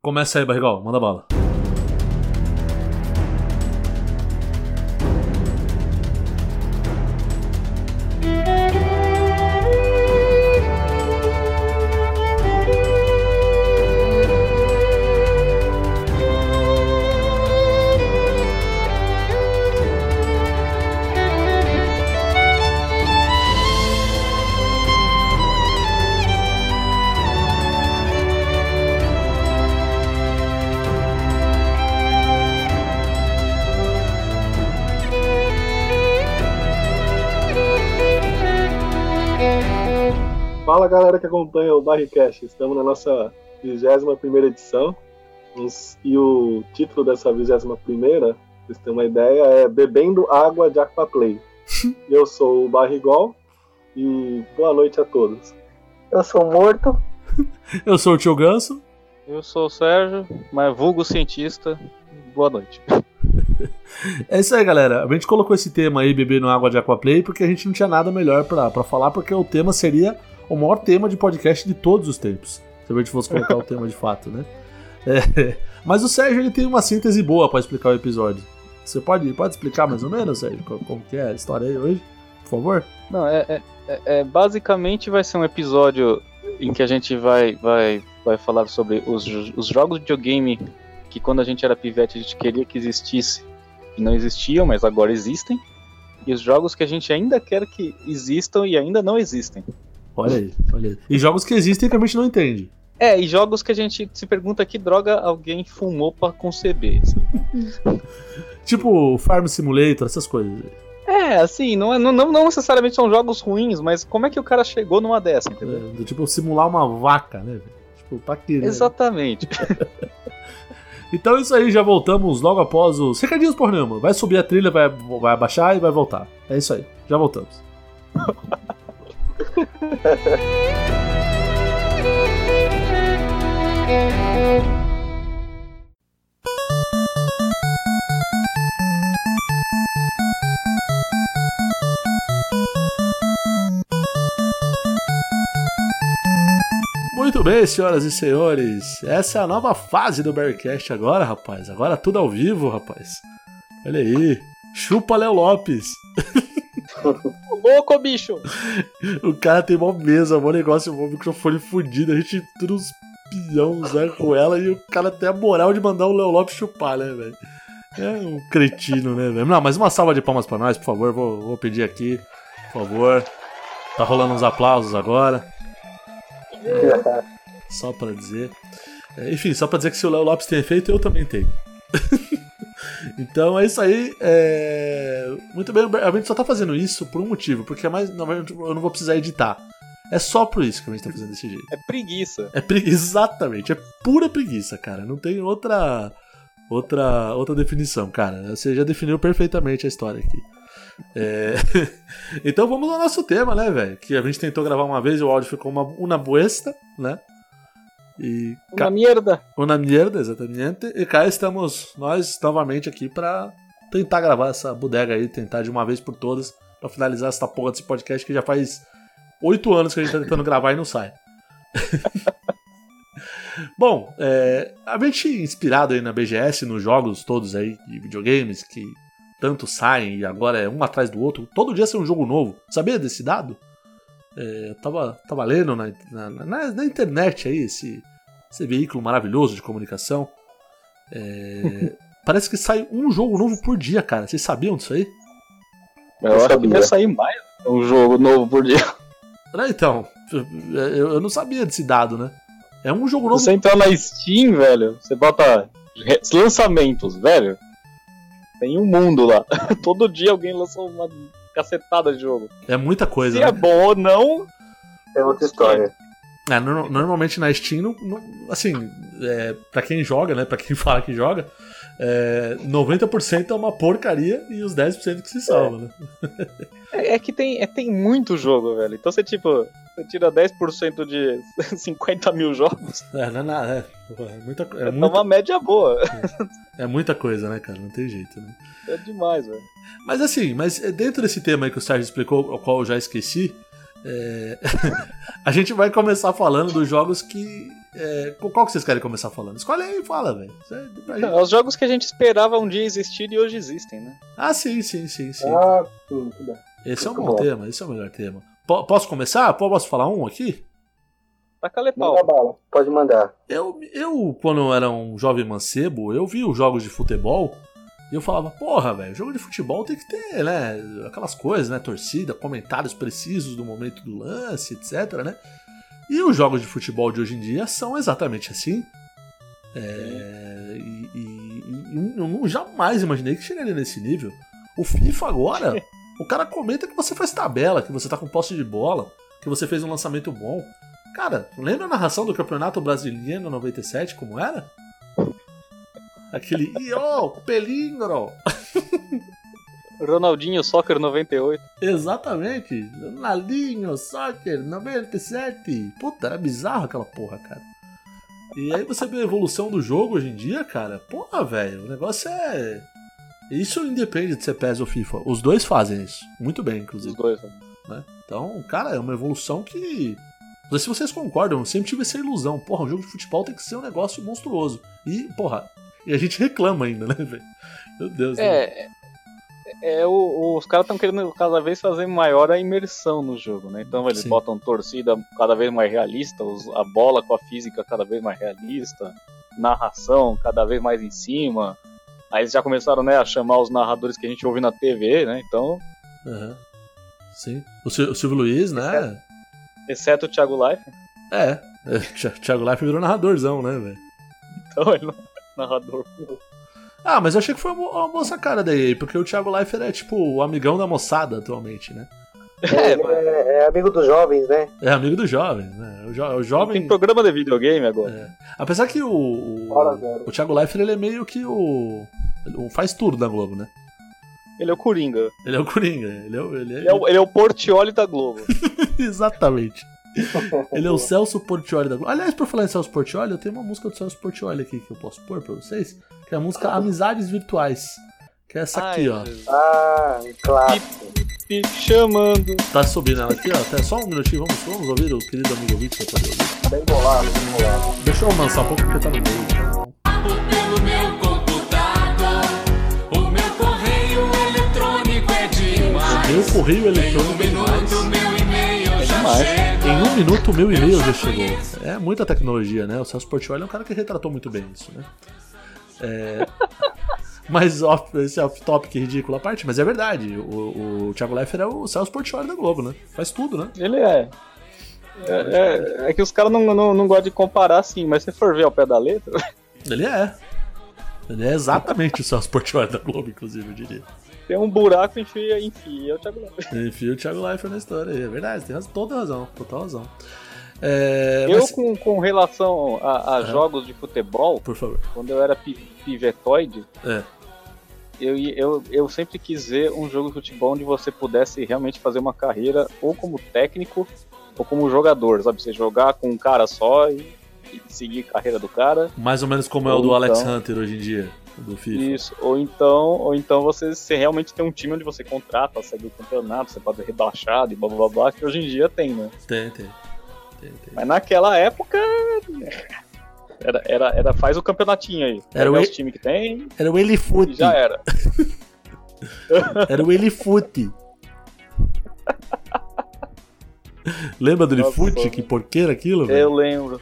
Começa aí, Barrigal, manda bala. Fala galera que acompanha o Barricast, estamos na nossa 21 edição Uns- e o título dessa 21, pra vocês terem uma ideia, é Bebendo Água de Aquaplay. Eu sou o Barrigol e boa noite a todos. Eu sou morto. Eu sou o Tio Ganso. Eu sou o Sérgio, mas vulgo cientista. Boa noite. É isso aí, galera. A gente colocou esse tema aí, bebendo água de Aquaplay, porque a gente não tinha nada melhor pra pra falar, porque o tema seria o maior tema de podcast de todos os tempos. Se a gente fosse colocar o tema de fato, né? É, Mas o Sérgio ele tem uma síntese boa pra explicar o episódio. Você pode, pode explicar mais ou menos, Sérgio, co- como que é a história aí hoje? Por favor? Não, é, é- é- é- basicamente vai ser um episódio em que a gente vai vai vai falar sobre os, jo- os jogos de videogame que quando a gente era pivete a gente queria que existisse e não existiam, mas agora existem. E os jogos que a gente ainda quer que existam e ainda não existem. Olha aí, olha aí. E jogos que existem que a gente não entende. É, e jogos que a gente se pergunta que droga alguém fumou pra conceber. assim. Tipo Farm Simulator, essas coisas. É, assim, não, é- não, não não necessariamente são jogos ruins, mas como é que o cara chegou numa dessa, É, entendeu? do tipo simular uma vaca, né? velho? Tipo, pra quê? né? Exatamente. Então é isso aí, já voltamos logo após os recadinhos por nenhuma. Vai subir a trilha, vai, vai abaixar e vai voltar. É isso aí, já voltamos. Muito bem, senhoras e senhores. Essa é a nova fase do Bearcast agora, rapaz. Agora tudo ao vivo, rapaz. Olha aí. Chupa Léo Lopes. Ô, Louco, bicho! O cara tem mó mesa, mó negócio, mó microfone fudido. A gente tudo uns peão Zé com ela e o cara tem a moral de mandar o Léo Lopes chupar, né, velho? É um cretino, né, velho? Não, mas uma salva de palmas pra nós, por favor. Vou, vou pedir aqui, por favor. Tá rolando uns aplausos agora. Só pra dizer. É, Enfim, só pra dizer que se o Léo Lopes tem feito, eu também tenho. então é isso aí. é, Muito bem, a gente só tá fazendo isso por um motivo, porque é mais. Na verdade, eu não vou precisar editar. É só por isso que a gente tá fazendo desse jeito. É preguiça. É pregui- Exatamente, é pura preguiça, cara. Não tem outra outra outra definição, cara. Você já definiu perfeitamente a história aqui. É, então vamos ao nosso tema, né, velho? Que a gente tentou gravar uma vez e o áudio ficou uma una buesta, né? E ca- Uma merda. Una mierda, exatamente. E cá estamos nós novamente aqui pra tentar gravar essa bodega aí, tentar de uma vez por todas, pra finalizar essa porra desse podcast que já faz oito anos que a gente tá tentando gravar e não sai. Bom, é, a gente inspirado aí na BGS, nos jogos todos aí de videogames que tanto saem e agora é um atrás do outro, todo dia sai um jogo novo. Sabia desse dado? É, eu tava, tava lendo na, na, na- na internet aí esse, esse veículo maravilhoso de comunicação. É, parece que sai um jogo novo por dia, cara. Vocês sabiam disso aí? Eu, Eu acho que sabia. ia sair mais um jogo novo por dia. Né, Então, eu, eu não sabia desse dado, né? É um jogo novo. Você entrar na Steam, velho, você bota re- lançamentos, velho. Tem um mundo lá. Todo dia alguém lançou uma cacetada de jogo. É muita coisa. Se Né? é bom ou não, É outra história. É, nor- normalmente na Steam, não- não- assim, é, pra quem joga, né? Pra quem fala que joga, é, 90% é uma porcaria e os 10% que se salva, né? é, é que tem, é, tem muito jogo, velho. Então você, tipo, você tira 10% de 50 mil jogos, É, não é nada, é, é muita, co- é, é muita, uma média boa. é muita coisa, né, cara? Não tem jeito, né? É demais, velho. Mas assim, mas é, dentro desse tema aí que o Sérgio explicou, o qual eu já esqueci, é, a gente vai começar falando dos jogos que é, qual que vocês querem começar falando? Escolhe aí e fala, velho. Isso é pra gente. Não, é os jogos que a gente esperava um dia existir e hoje existem, né? Ah, sim, sim, sim, sim. Ah, sim, tudo bem. Esse é um muito bom bom. tema, esse é o melhor tema. Po- posso começar? Po- Posso falar um aqui? Taca lepau. Manda bala, pode mandar. Eu, eu, quando eu era um jovem mancebo, eu via os jogos de futebol e eu falava, porra, velho, jogo de futebol tem que ter, né, aquelas coisas, né, torcida, comentários precisos do momento do lance, etc, né? E os jogos de futebol de hoje em dia são exatamente assim. É, e, e- e eu não- jamais imaginei que chegaria nesse nível. O FIFA agora, o cara comenta que você faz tabela, que você tá com posse de bola, que você fez um lançamento bom. Cara, lembra a narração do Campeonato Brasileiro 97, como era? Aquele Iô, pelingro! Ronaldinho Soccer 98. Exatamente! Ronaldinho, Soccer 97! Puta, era bizarro aquela porra, cara. E aí você vê a evolução do jogo hoje em dia, cara. Porra, velho, o negócio é. Isso independe de ser PES ou FIFA. Os dois fazem isso. Muito bem, inclusive. Os dois. né? né? Então, cara, é uma evolução que. Não sei se vocês concordam, eu sempre tive essa ilusão. Porra, um jogo de futebol tem que ser um negócio monstruoso. E, porra, e a gente reclama ainda, né, velho? Meu Deus. né? É. é- É, o- os caras estão querendo cada vez fazer maior a imersão no jogo, né? Então eles Sim. botam torcida cada vez mais realista, os- a bola com a física cada vez mais realista, narração cada vez mais em cima. Aí eles já começaram né, a chamar os narradores que a gente ouve na TV, né? Então, Aham. Sim. O, Sil- o Silvio Luiz, né? exceto o Thiago Life, É. é. Thi- Thiago Life virou narradorzão, né, velho? então ele não é narrador. Ah, mas eu achei que foi uma, bo- uma boa sacada daí, porque o Thiago Leifert é tipo o amigão da moçada atualmente, né? É, Ele mas é, é amigo dos jovens, né? É amigo dos jovens, né? O, jo o tem jovem. programa de videogame agora. É. Apesar que o, o, Hora zero. o Thiago Leifert ele é meio que o. O faz tudo da Globo, né? Ele é o Coringa. Ele é o Coringa. Ele é o. Ele é- Ele é o, ele é o Portioli da Globo. Exatamente. Ele é o Celso Portioli da Globo. Aliás, por falar em Celso Portioli, eu tenho uma música do Celso Portioli aqui que eu posso pôr pra vocês, que é a música Amizades Virtuais. Que é essa aqui, Ah. Ai, ó. Jesus. Ah, um clássico. Me chamando. Tá subindo ela aqui, ó. Até só um minutinho, vamos, vamos ouvir o querido amigo ouvinte pra poder ouvir. Bem bolado, bem bolado. Deixa eu amansar um pouco porque tá no meio. pelo meu computador. O meu correio eletrônico é demais. Meu correio Um eletrônico. é minuto, meu e-mail já chega. Em um minuto, meu e-mail já chegou. É muita tecnologia, né? O Celso Portioli é um cara que retratou muito bem isso, né? É, Mas off, esse off-topic ridículo à parte, mas é verdade. O, o Thiago Leifert é o Celso Portioli da Globo, né? Faz tudo, né? Ele é. É, é- é que os caras não, não, não gostam de comparar assim, mas se for ver ao pé da letra, Ele é. Ele é exatamente o Celso Portioli da Globo, inclusive, eu diria. tem um buraco, enfia, enfia. é Eu te agradeço. Enfim, o Thiago Leifert na história aí. É verdade, tem razão- toda razão, total razão. É, Eu, mas- É. com, com relação a, a jogos de futebol, Por favor. quando eu era pi, pivetoide, É. eu, ia- eu, eu sempre quis ver um jogo de futebol onde você pudesse realmente fazer uma carreira ou como técnico ou como jogador, sabe? Você jogar com um cara só e, e seguir a carreira do cara. Mais ou menos como é o Ou do Alex então- Hunter hoje em dia, do FIFA. Isso, ou então, ou então você, você realmente tem um time onde você contrata, segue o campeonato, você pode ser rebaixado e blá blá blá, blá, que hoje em dia tem, né? Tem, tem. Tem, tem. Mas naquela época era, era, era faz o campeonatinho aí. Era o Pega e- os time que tem Era o Elifoot. e já era. Era o Elifoot. Lembra do Nossa, Elifoot? mano. Que porqueira aquilo, velho? Eu lembro.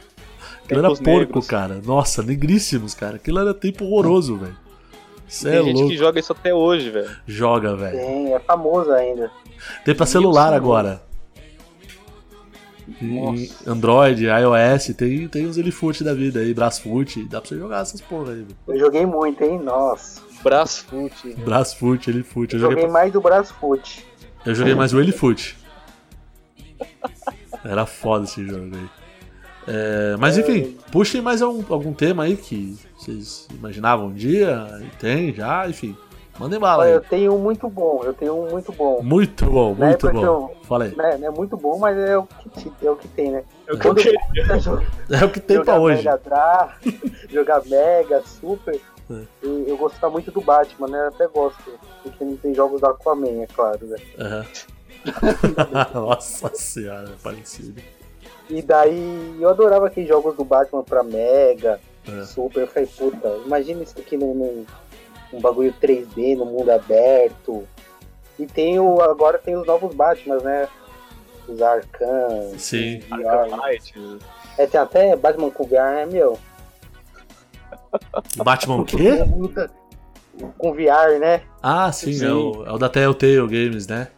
Aquilo era Tempos porco, negros. cara. Nossa, negríssimos, cara. Aquilo era tempo horroroso, velho. Cê é Tem gente louco. que joga isso até hoje, velho. Joga, velho. Tem, é famoso ainda. Tem pra Meu celular senhor. agora. Em- em Nossa. Android, iOS, tem, tem uns Elifoot da vida aí, Brasfoot. Dá pra você jogar essas porra aí, velho. Eu joguei muito, hein? Nossa. Brasfoot. velho. Brasfoot, Elifoot. Eu Eu joguei joguei mais do Brasfoot. Eu joguei mais o Elifoot. Era foda esse jogo aí. É, mas enfim, puxem mais algum, algum tema aí que vocês imaginavam um dia, e tem já, enfim. Mandem bala Olha, aí. eu tenho um muito bom, eu tenho um muito bom. Muito bom, Na muito época que bom. eu. Fala aí. Né, não é muito bom, mas é o que, ti- é o que tem, né? É o que eu Quando queria. eu jogar É o que tem pra hoje. Mega Drive, jogar Mega, Super. É. e eu gostava muito do Batman, né? Eu até gosto. Porque não tem jogos da Aquaman, é claro, né? Aham. Nossa senhora, parecido. E daí eu adorava aqueles jogos do Batman pra Mega, É. Super. Eu falei, puta, imagina isso aqui num, num, num bagulho 3D, no mundo aberto. E tem o. Agora tem os novos Batman, né? Os Arkham. Sim. e Arkham a- Knight. É, tem até Batman com VR, meu. O Batman o quê? Muda- Com VR, né? Ah, sim, Sim. É, o, é o da Telltale Games, né?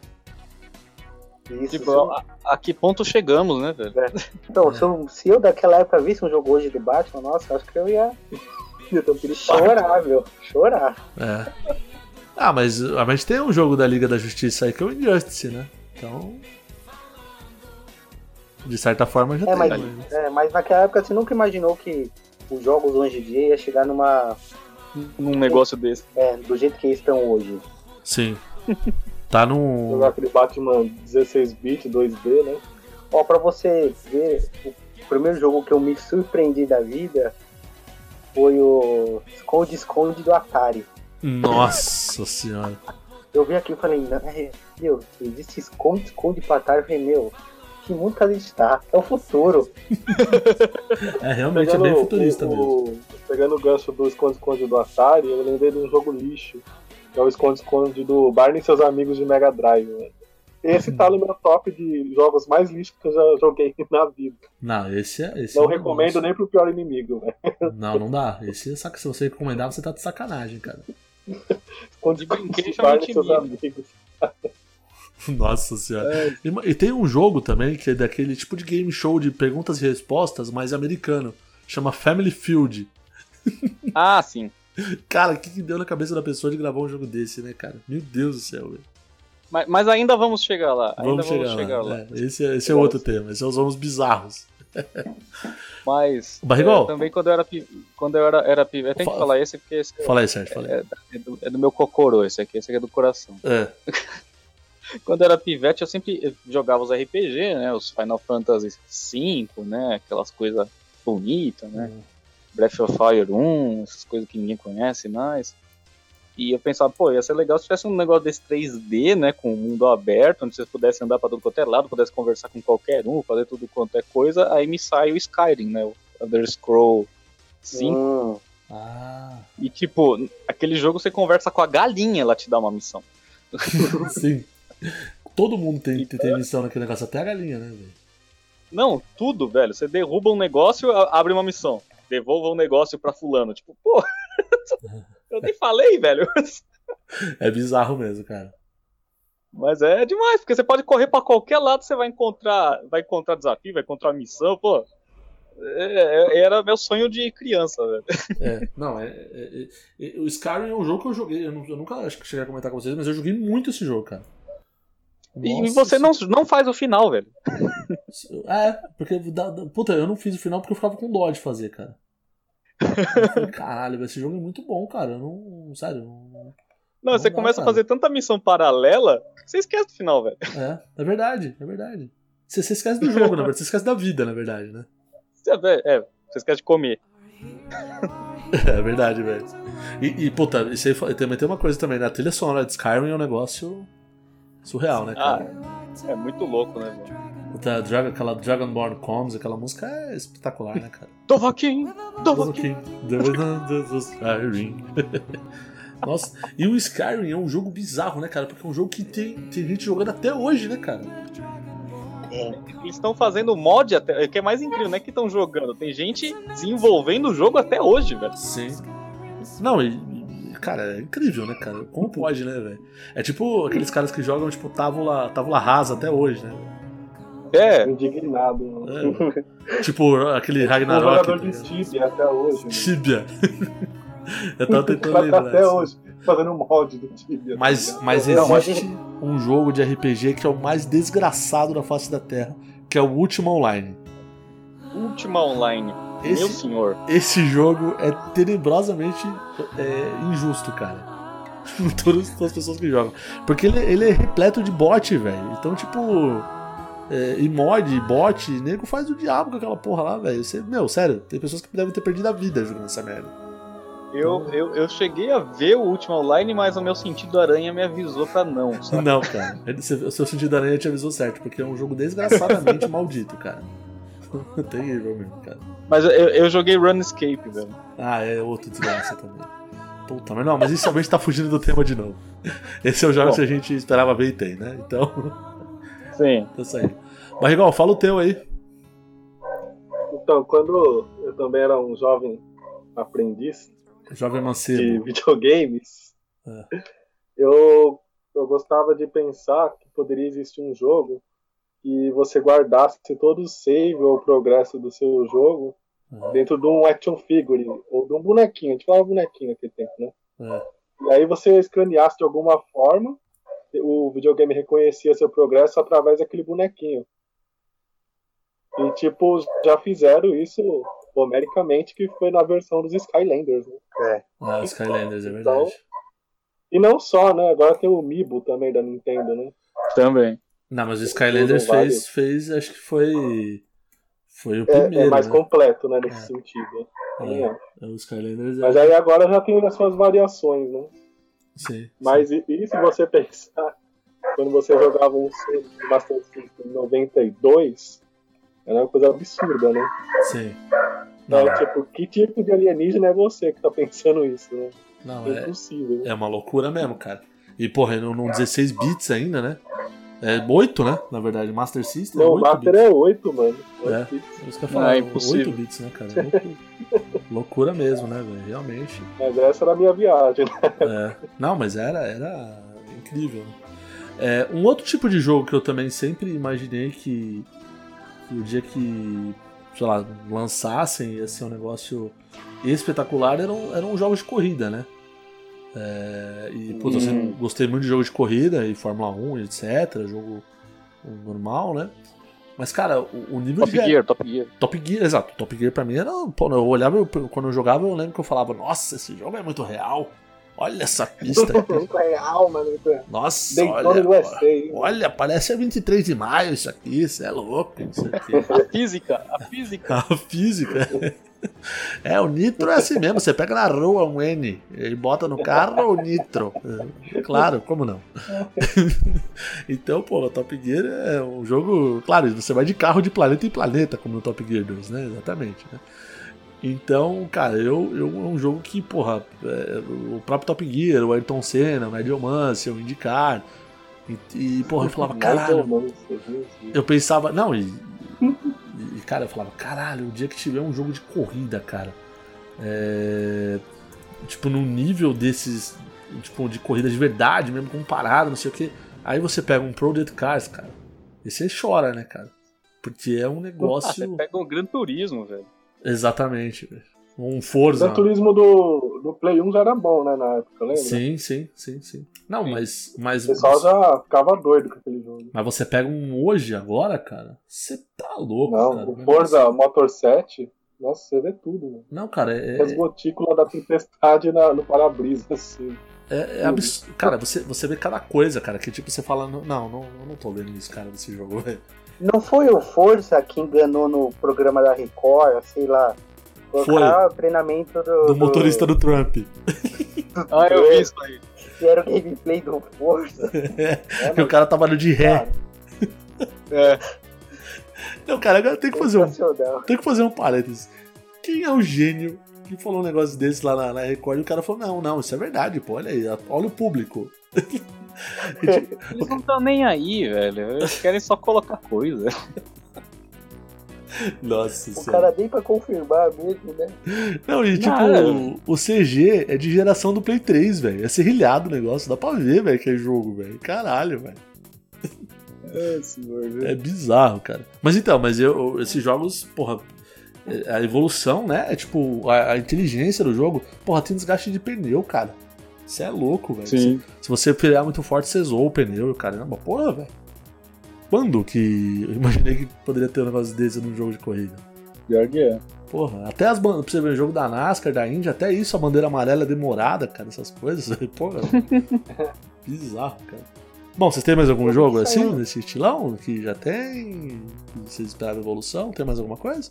Isso. Tipo, a, a que ponto chegamos, né, velho? Então, se eu, se eu daquela época visse um jogo hoje do Batman, nossa, acho que eu ia Eu tô piripado. chorar, meu. Chorar. É. Ah, mas, ah, mas tem um jogo da Liga da Justiça aí que é o Injustice, né? Então. De certa forma já É, tem. né? mas, mas- é, mas naquela época você nunca imaginou que os jogos hoje em dia ia chegar numa. Num negócio desse. é, do jeito que eles estão hoje. Sim. Tá num. Jogar aquele Batman 16-bit, 2D, né? Ó, pra você ver, o primeiro jogo que eu me surpreendi da vida foi o Esconde Esconde do Atari. Nossa senhora. Eu vi aqui e falei, não, é, meu, existe Esconde Esconde pro Atari? Eu falei, meu, que mundo que a gente tá? É o futuro. É realmente é bem futurista mesmo. o, Pegando o gancho do esconde-esconde do Atari, eu lembrei de um jogo lixo, que é o esconde-esconde do Barney e seus amigos de Mega Drive. né? Esse tá no meu top de jogos mais lixos que eu já joguei na vida. Não, esse é. Esse Não é um recomendo negócio. nem pro pior inimigo, velho. Não, não dá. Esse é saca, se você recomendar, você tá de sacanagem, cara. Esconde-esconde brinquedo do chama Barney e seus inimigo. amigos. Nossa senhora. É. E ma- E tem um jogo também que é daquele tipo de game show de perguntas e respostas, mas americano. Chama Family Field. Ah, sim. Cara, o que, que deu na cabeça da pessoa de gravar um jogo desse, né, cara? Meu Deus do céu, velho. Mas, mas ainda vamos chegar lá. Ainda Vamos chegar, lá. É, esse é, esse é outro tema. Esses são os homens bizarros. Mas. Barrigol? é, também quando eu era. pi- Quando eu era, era pivete. Tem que Fa- falar esse, porque esse é, Fala aí, Sérgio. Fala aí. é do, é do meu cocorô, esse aqui. Esse aqui é do coração. É. Quando eu era pivete, eu sempre jogava os RPG, né? Os Final Fantasy V, né? Aquelas coisas bonitas, né? Hum. Breath of Fire 1, essas coisas que ninguém conhece mais. E eu pensava, pô, ia ser legal se tivesse um negócio desse 3D, né? Com o mundo aberto, onde vocês pudessem andar pra todo quanto é lado, pudessem conversar com qualquer um, fazer tudo quanto é coisa. Aí me sai o Skyrim, né? O Elder Scroll 5. Hum. Ah, E, tipo, aquele jogo você conversa com a galinha, ela te dá uma missão. sim. Todo mundo tem, tem, tem missão naquele negócio, até a galinha, né, velho? Não, tudo, velho. Você derruba um negócio, a- abre uma missão. Devolva um negócio pra fulano. Tipo, pô, eu nem falei, velho. É bizarro mesmo, cara. Mas é demais, porque você pode correr pra qualquer lado, você vai encontrar, vai encontrar desafio, vai encontrar missão, pô. É, é, era meu sonho de criança, velho. É, não, é, é- é- é- O Skyrim é um jogo que eu joguei. Eu, nu- eu nunca acho que cheguei a comentar com vocês, mas eu joguei muito esse jogo, cara. E Nossa você não, não faz o final, velho. senhora. É, porque. dá- dá- puta, eu não fiz o final porque eu ficava com dó de fazer, cara. Eu falei, caralho, velho, esse jogo é muito bom, cara. Eu não. Sério, eu não. Não, Não você dá, começa cara. a fazer tanta missão paralela que você esquece do final, velho. É, é verdade, é verdade. Você, você esquece do jogo, na verdade. Você esquece da vida, na verdade, né? Você- É, é, você esquece de comer. É verdade, velho. E, e, puta, isso aí fa- também tem uma coisa também, né? A trilha sonora de Skyrim é um negócio surreal, né, Ah, cara? é muito louco, né, velho? Puta, Dragon- aquela Dragonborn Comes, aquela música é espetacular, né, cara? Dovahkiin! Todo Dovahkiin! que- Skyrim. Nossa, e o Skyrim é um jogo bizarro, né, cara? Porque é um jogo que tem, tem gente jogando até hoje, né, cara? Eles estão fazendo mod até. O que é mais incrível, não é que estão jogando. Tem gente desenvolvendo o jogo até hoje, velho. Sim. Não, e. e, Cara, é incrível, né, cara? Como pode, né, velho? É tipo aqueles caras que jogam, tipo, tábula, tábula rasa até hoje, né? É, tá Indignado. mano. É. tipo, aquele Um Ragnarok. jogador de tá ligado? Tibia até hoje. né? Tibia. Eu tava tentando Tá lembrar. até disso. hoje, fazendo um mod do Tibia. tá Mas, mas Não, mas- existe um jogo de RPG que é o mais desgraçado da face da Terra, que é o Ultima Online. Ultima Online. Meu Esse, senhor. esse jogo é tenebrosamente é, injusto, cara. Com todas, todas as pessoas que jogam. Porque ele, ele é repleto de bot, velho. Então, tipo. É, e mod, e bot, e nego faz o diabo com aquela porra lá, velho. Você- Meu, sério, tem pessoas que devem ter perdido a vida jogando essa merda. Eu, eu, eu cheguei a ver o Ultima Online, mas o meu sentido aranha me avisou pra não. Tá. sabe? Não, cara. Ele- seu- O seu sentido da aranha te avisou certo, porque é um jogo desgraçadamente maldito, cara. Terrível mesmo, cara. Mas eu, eu joguei Runescape, velho. Ah, é outro desgraça também. Puta, mas não, mas isso realmente tá fugindo do tema de novo. Esse é o jogo Bom. que a gente esperava ver e tem, né? Então, Sim. tá saindo. Barrigão, fala o teu aí. Então, quando eu também era um jovem aprendiz Jovem de Mancebo. videogames, É. eu, eu gostava de pensar que poderia existir um jogo que você guardasse todo o save ou progresso do seu jogo Uhum. dentro de um action figure ou de um bonequinho. A gente falava bonequinho naquele tempo, né? É. E aí você escaneasse de alguma forma, o videogame reconhecia seu progresso através daquele bonequinho. E, tipo, já fizeram isso homericamente, que foi na versão dos Skylanders, né? Ah, os Skylanders, é Então, verdade. E não só, né? Agora tem o Mibo também da Nintendo, né? Também. Não, mas o Skylanders Não vale. fez, fez, acho que foi. Foi o É, é primeiro. mais né? completo, né, nesse É. sentido. É, é, o Skylanders é. Mas aí agora já tem as suas variações, né? Sim, sim. Mas e, e se você pensar, quando você jogava um Sonic do Master System em 92, era uma coisa absurda, né? Sim. Não, Então, É. tipo, que tipo de alienígena é você que tá pensando isso, né? não, É é, impossível. é uma loucura mesmo, cara. E, porra, é num num 16 bits ainda, né? É 8, né? Na verdade, Master System. é Não, o 8 Master bits. é 8, mano. É. Oito bits. É isso que eu ia falar, Ah, impossível. 8 bits, né, cara? Loucura. Loucura mesmo, né, velho? Realmente. Mas essa era a minha viagem, né? É. Não, mas era, era incrível. né? É, um outro tipo de jogo que eu também sempre imaginei que, que o dia que, sei lá, lançassem ia ser um negócio espetacular um, eram, eram jogos de corrida, né? É, e, putz, eu Hum. sempre gostei muito de jogo de corrida e Fórmula 1, etc. Jogo normal, né? Mas, cara, o, o nível Top de de Gear, Top Gear. Top Gear, exato. Top Gear pra mim era. Pô, eu olhava, eu- quando eu jogava, eu lembro que eu falava: Nossa, esse jogo é muito real. Olha essa pista. aqui. É Muito real, mano. Nossa, Daytona olha. do é USA. hein? Olha, parece a 23 de maio isso aqui, isso é louco, não sei o quê. A física, a física. Ah, A física. É, o nitro é assim mesmo, você pega na rua um N e bota no carro o nitro. É, Claro, como não? Então, pô, o Top Gear é um jogo. Claro, você vai de carro de planeta em planeta, como no Top Gear 2, né? Exatamente. né? Então, cara, eu, eu é um jogo que, porra, é, o próprio Top Gear, o Ayrton Senna, o Nigel Mansell, o IndyCar. E, e, porra, eu falava, caralho, Michael Mansell, gente. eu pensava, não, e, e- e, cara, eu falava, caralho, o dia que tiver um jogo de corrida, cara, é, tipo, num nível desses, tipo, de corrida de verdade mesmo, comparado, não sei o que, aí você pega um Project Cars, cara, e você chora, né, cara? Porque é um Ah, você negócio. pega um Gran Turismo, velho. Exatamente, velho. Um O Forza. Gran Turismo do, do Play 1 já era bom, né, na época, lembra? Sim, sim, sim, sim. Não, Sim. mas. mas O pessoal já ficava doido com aquele jogo. Mas você pega um hoje agora, cara, você tá louco, Não, cara. o Forza Motor 7, nossa, você vê tudo, mano. Não, cara, é. As gotículas da tempestade na- no para-brisa, assim. É, é abs- Cara, você, você vê cada coisa, cara, que tipo, você fala, não, não, não, eu não tô vendo isso, cara, desse jogo, velho. Não foi o Força que enganou no programa da Record, sei lá. Colocar o treinamento do, Do motorista do Trump. Ah, eu vi isso aí. Que era o gameplay do Força. É, Que o cara tava no de ré. Não, cara, agora tem que fazer um, Sensacional. tem que fazer um parênteses. Quem é o gênio que falou um negócio desse lá na, na Record e o cara falou, não, não, isso é verdade, pô, olha aí, olha o público. Eles não estão nem aí, velho. Eles querem só colocar coisa. Nossa O senhora. cara nem pra confirmar mesmo, né? Não, e tipo, Cara. o CG é de geração do Play 3, velho. É serrilhado o negócio, dá pra ver, velho, que é jogo, velho. Caralho, velho. É, senhor, É bizarro, cara. Mas então, mas eu, eu- esses jogos, porra, é, a evolução, né? É tipo, a, a inteligência do jogo, porra, tem desgaste de pneu, cara. Você é louco, velho. Se, Sim. se você frear muito forte, você zoa o pneu, caramba, porra, velho. Quando que eu imaginei que poderia ter um negócio desse num jogo de corrida? Pior que é. Porra, até as bandas, pra você ver, o jogo da NASCAR, da Índia, até isso, a bandeira amarela é demorada, cara, essas coisas. Porra, bizarro, cara. Bom, vocês têm mais algum Eu jogo não sei. assim, nesse estilão? Que já tem? Que Vocês esperavam evolução? Tem mais alguma coisa?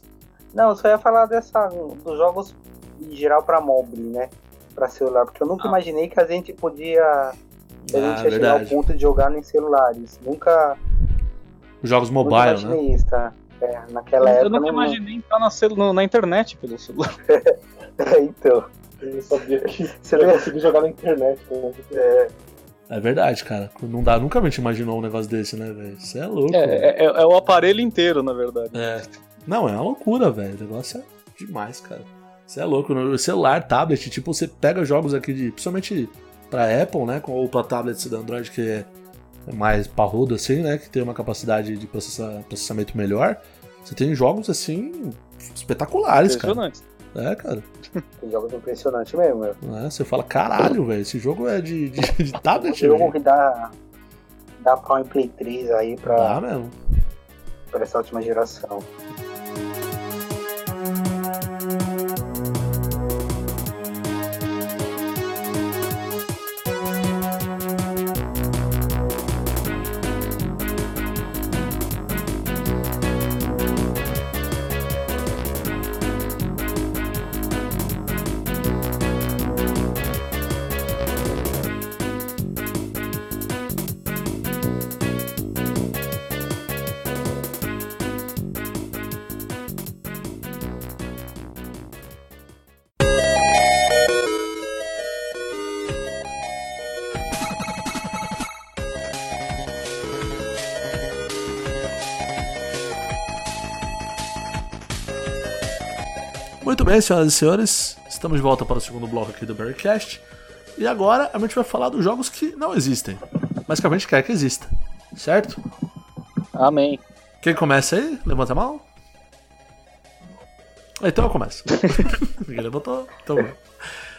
Não, eu só ia falar dessa, um dos jogos em geral pra mobile, né? Pra celular, porque eu nunca Ah. imaginei que a gente podia. que a gente ia chegar ao Ah, verdade. ponto de jogar em celulares. Nunca, Jogos nunca mobile, né? imaginei isso, tá? É, naquela época. eu nunca não- imaginei entrar na, celu- no- na internet pelo celular. É, então. Eu não sabia que Você eu lembra? consegui jogar na internet. né? É verdade, cara. Não dá, nunca a gente imaginou um negócio desse, né, velho? Você é louco. velho. É, é- é o aparelho inteiro, na verdade. É. Não, é uma loucura, velho. O negócio é demais, cara. Você é louco. No celular, tablet, tipo, você pega jogos aqui de. Principalmente pra Apple, né? com- Ou pra tablets da Android, que é é mais parrudo, assim, né? Que tem uma capacidade de processa- processamento melhor. Você tem jogos, assim, espetaculares, cara. Impressionante. É, cara. Tem jogos impressionantes mesmo. meu. É, você fala, caralho, velho, esse jogo é de, de, de Um tablet, jogo velho. que dá, dá pau em Play 3 aí pra, Dá mesmo. pra essa última geração. Muito bem, senhoras e senhores, estamos de volta para o segundo bloco aqui do Bearcast. E agora a gente vai falar dos jogos que não existem, mas que a gente quer que exista, certo? Amém. Quem começa aí? Levanta a mão. Então eu começo. Ninguém levantou? Então vai.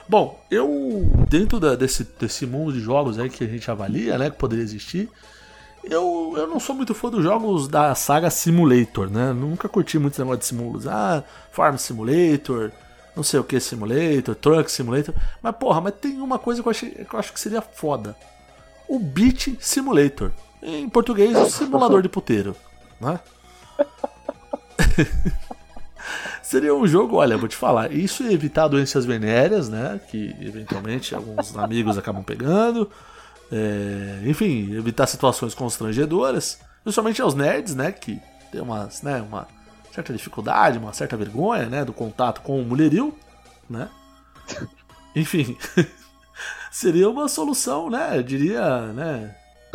Bom, eu, dentro da- desse, desse mundo de jogos aí que a gente avalia, né, que poderia existir, eu, eu não sou muito fã dos jogos da saga Simulator, né? Nunca curti muito esse negócio de simulos. Ah, Farm Simulator, não sei o que Simulator, Truck Simulator. Mas, porra, mas tem uma coisa que eu, achei, que eu acho que seria foda. O Beat Simulator. Em português, o simulador de puteiro, né? Seria um jogo, olha, vou te falar, isso ia evitar doenças venéreas, né? Que eventualmente alguns amigos acabam pegando. É, enfim, evitar situações constrangedoras, principalmente aos nerds, né, que tem umas, né, uma certa dificuldade, uma certa vergonha, né, do contato com o mulheril, né? Enfim, seria uma solução, né, eu diria, né,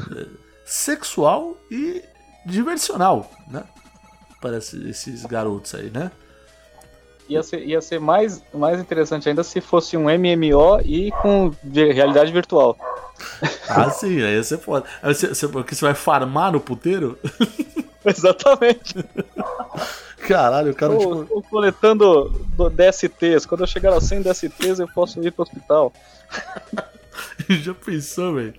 é, sexual e diversional, né, para esse- esses garotos aí, né? Ia ser, ia ser mais, mais interessante ainda se fosse um MMO e com vi- realidade virtual. Ah, sim, aí você pode. Aí você, você, porque você vai farmar no puteiro? Exatamente. Caralho, o cara, Estou tipo, estou coletando do- DSTs. Quando eu chegar a 100 DSTs, eu posso ir pro hospital. já pensou, velho?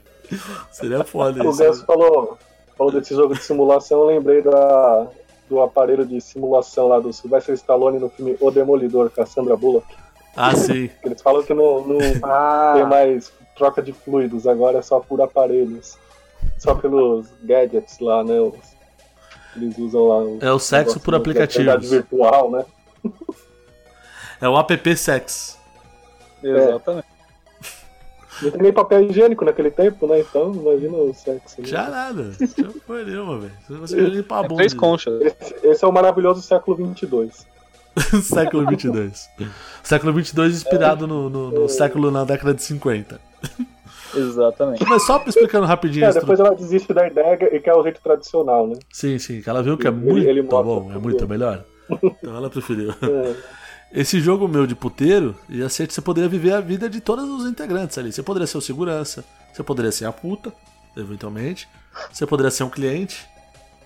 Seria foda O isso. né? Ganso falou, falou desse jogo de simulação, eu lembrei da, do aparelho de simulação lá do Sylvester Stallone no filme O Demolidor, com a Sandra Bullock. Ah, sim. Que Eles falam que não, não tem Ah, mais troca de fluidos, agora é só por aparelhos. Só pelos gadgets lá, né? os- eles usam lá o É o sexo por aplicativos. virtual, né? É o app sex. É. Exatamente. Não tem nem papel higiênico naquele tempo, né? Então, imagina o sexo. né? Já é nada. Já foi nenhuma, velho. Você não conseguiu limpar a É bunda. três conchas. Esse é o maravilhoso século 22. século 22. século 22 inspirado no, no- no século na década de 50. Exatamente. Mas só explicando rapidinho É, a depois ela desiste da ideia e quer o jeito tradicional, né? Sim, sim, que ela viu que é Ele- muito ele mostra bom, é tudo. muito melhor. Então ela preferiu. É. Esse jogo meu de puteiro ia ser que você poderia viver a vida de todos os integrantes ali. Você poderia ser o segurança, você poderia ser a puta, eventualmente. Você poderia ser um cliente,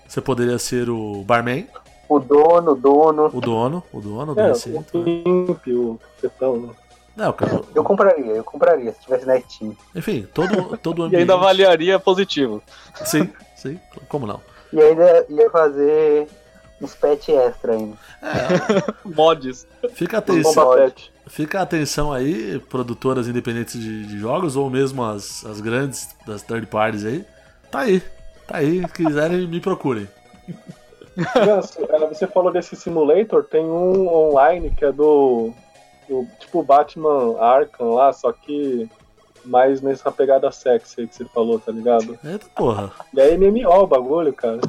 você poderia ser o barman, o dono, o dono. o dono, o dono do É, o recinto. né? pimp, o tá tetão, né? Não, cara. Eu compraria, eu compraria se tivesse na Steam. Enfim, todo, todo o E ambiente. ainda avaliaria positivo. Sim, sim, como não? E ainda ia fazer uns patch extra ainda. Mods. Fica atenção. Bomba pet. Fica a atenção aí, produtoras independentes de, de jogos, ou mesmo as, as grandes das third parties aí. Tá aí. Tá aí. Quiserem, me procurem. Ganso, é, você falou desse simulator, tem um online que é do, do tipo Batman Arkham lá, só que mais nessa pegada sexy aí que você falou, tá ligado? Eita porra. E é MMO o bagulho, cara.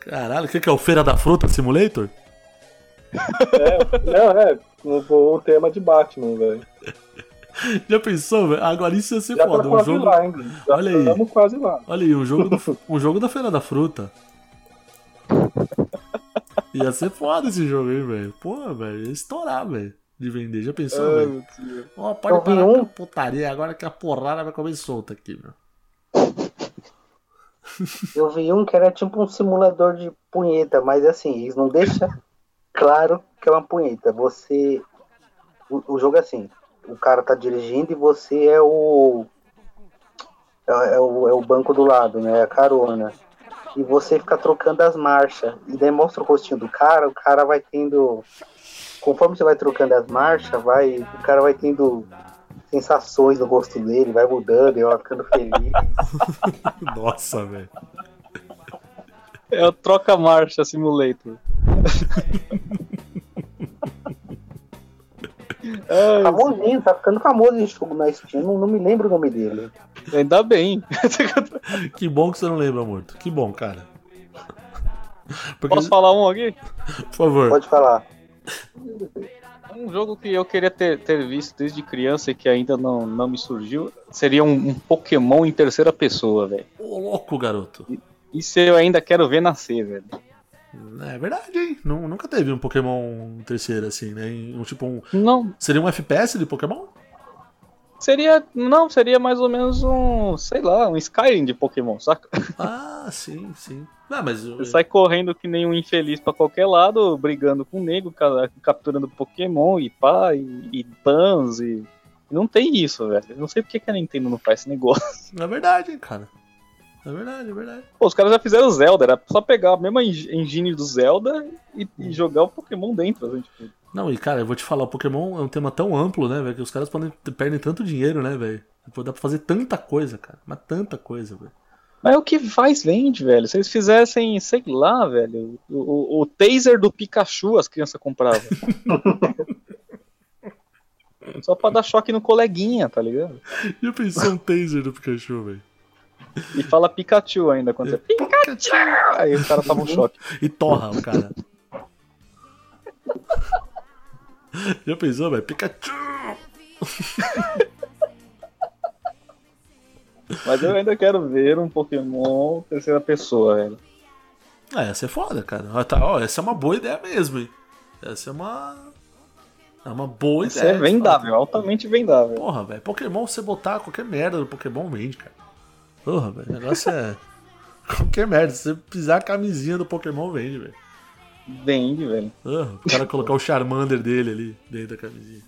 Caralho, o que, que é o Feira da Fruta Simulator? É, não, é, o, o tema de Batman, velho. Já pensou, velho? Agora isso ia ser Já foda. tá Um quase jogo, lá, hein? Gui? Já Olha aí. Estamos quase lá. olha aí, um jogo, do- um jogo da Feira da Fruta. Ia ser foda esse jogo aí, velho. Pô, velho, ia estourar, velho. De vender, já pensou, Ai, velho? meu Deus. Ó, pode Eu vi parar um- com a putaria agora que a porrada vai comer solta aqui, meu. Eu vi um que era tipo um simulador de punheta, mas assim, eles não deixam claro que é uma punheta. Você. O, o jogo é assim, o cara tá dirigindo e você é o. É, é o, é o banco do lado, né? É a carona. E você fica trocando as marchas. E daí mostra o rostinho do cara, o cara vai tendo. Conforme você vai trocando as marchas, vai. O cara vai tendo sensações no rosto dele, vai mudando, ele vai ficando feliz. Nossa, velho. É o troca-marcha simulator. Ai, Famosinho, tá ficando famoso esse jogo na Steam, não, não me lembro o nome dele. ainda bem. Que bom que você não lembra, morto. Que bom, cara. Porque, Posso falar um aqui? por favor. Pode falar. Um jogo que eu queria ter, ter visto desde criança e que ainda não, não me surgiu seria um, um Pokémon em terceira pessoa, velho. Ô, louco, garoto. Isso eu ainda quero ver nascer, velho. É verdade, hein? Nu- Nunca teve um Pokémon terceiro assim, né? Em- Um, tipo um. Não, Seria um FPS de Pokémon? seria. Não, seria mais ou menos um. Sei lá, um Skyrim de Pokémon, saca? Ah, sim, sim. Ah, mas. eu- Você sai correndo que nem um infeliz pra qualquer lado, brigando com o nego, ca- capturando Pokémon e pá, e, e bans e. Não tem isso, velho. Eu Não sei porque que a Nintendo não faz esse negócio. É verdade, hein, cara. É verdade, é verdade. Pô, os caras já fizeram Zelda, era só pegar a mesma en- engine do Zelda e, e jogar o Pokémon dentro, assim, tipo. Não, e cara, eu vou te falar, o Pokémon é um tema tão amplo, né, velho? Que os caras podem, perdem tanto dinheiro, né, velho? Pô, Dá pra fazer tanta coisa, cara. Mas tanta coisa, velho. Mas é o que faz vende, velho. Se eles fizessem, sei lá, velho, o, o, o taser do Pikachu as crianças compravam. Só pra dar choque no coleguinha, tá ligado? E eu pensei um taser do Pikachu, velho. E fala Pikachu ainda quando você. Pikachu! Aí o cara tava um choque. E torra o cara. Já pensou, velho? Pikachu! Mas eu ainda quero ver um Pokémon terceira pessoa, velho. Ah, essa é foda, cara. Ó, tá, ó, essa é uma boa ideia mesmo, hein? Essa é uma. É uma boa Isso ideia. é vendável, altamente vendável. Porra, velho. Pokémon, você botar qualquer merda no Pokémon vende, cara. Porra, velho. O negócio é. qualquer merda. Se você pisar a camisinha do Pokémon, vende, velho. Vende, velho. Porra, o cara colocar o Charmander dele ali dentro da camisinha.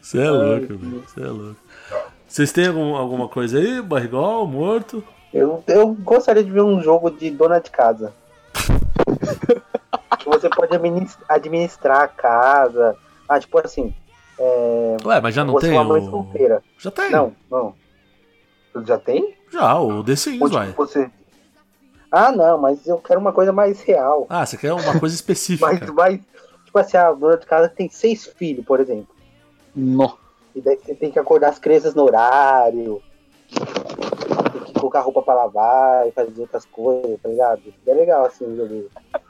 Você é louco, velho. Você é louco. Vocês têm algum- alguma coisa aí? Barrigol, morto? Eu, eu gostaria de ver um jogo de dona de casa. que você pode adminis- administrar a casa. Ah, tipo assim, Ué, mas já não você tem é uma mãe o... solteira. Já tem. Não, não. Já tem? Já, o The Sims, Onde vai. você. Ah, não, mas eu quero uma coisa mais real. Ah, você quer uma coisa Mais, específica. mais, tipo assim, a dona de casa tem seis filhos, por exemplo. Nó. E daí você tem que acordar as crianças no horário. Tem que colocar roupa pra lavar e fazer outras coisas, tá ligado? Isso É legal, assim, o jogo.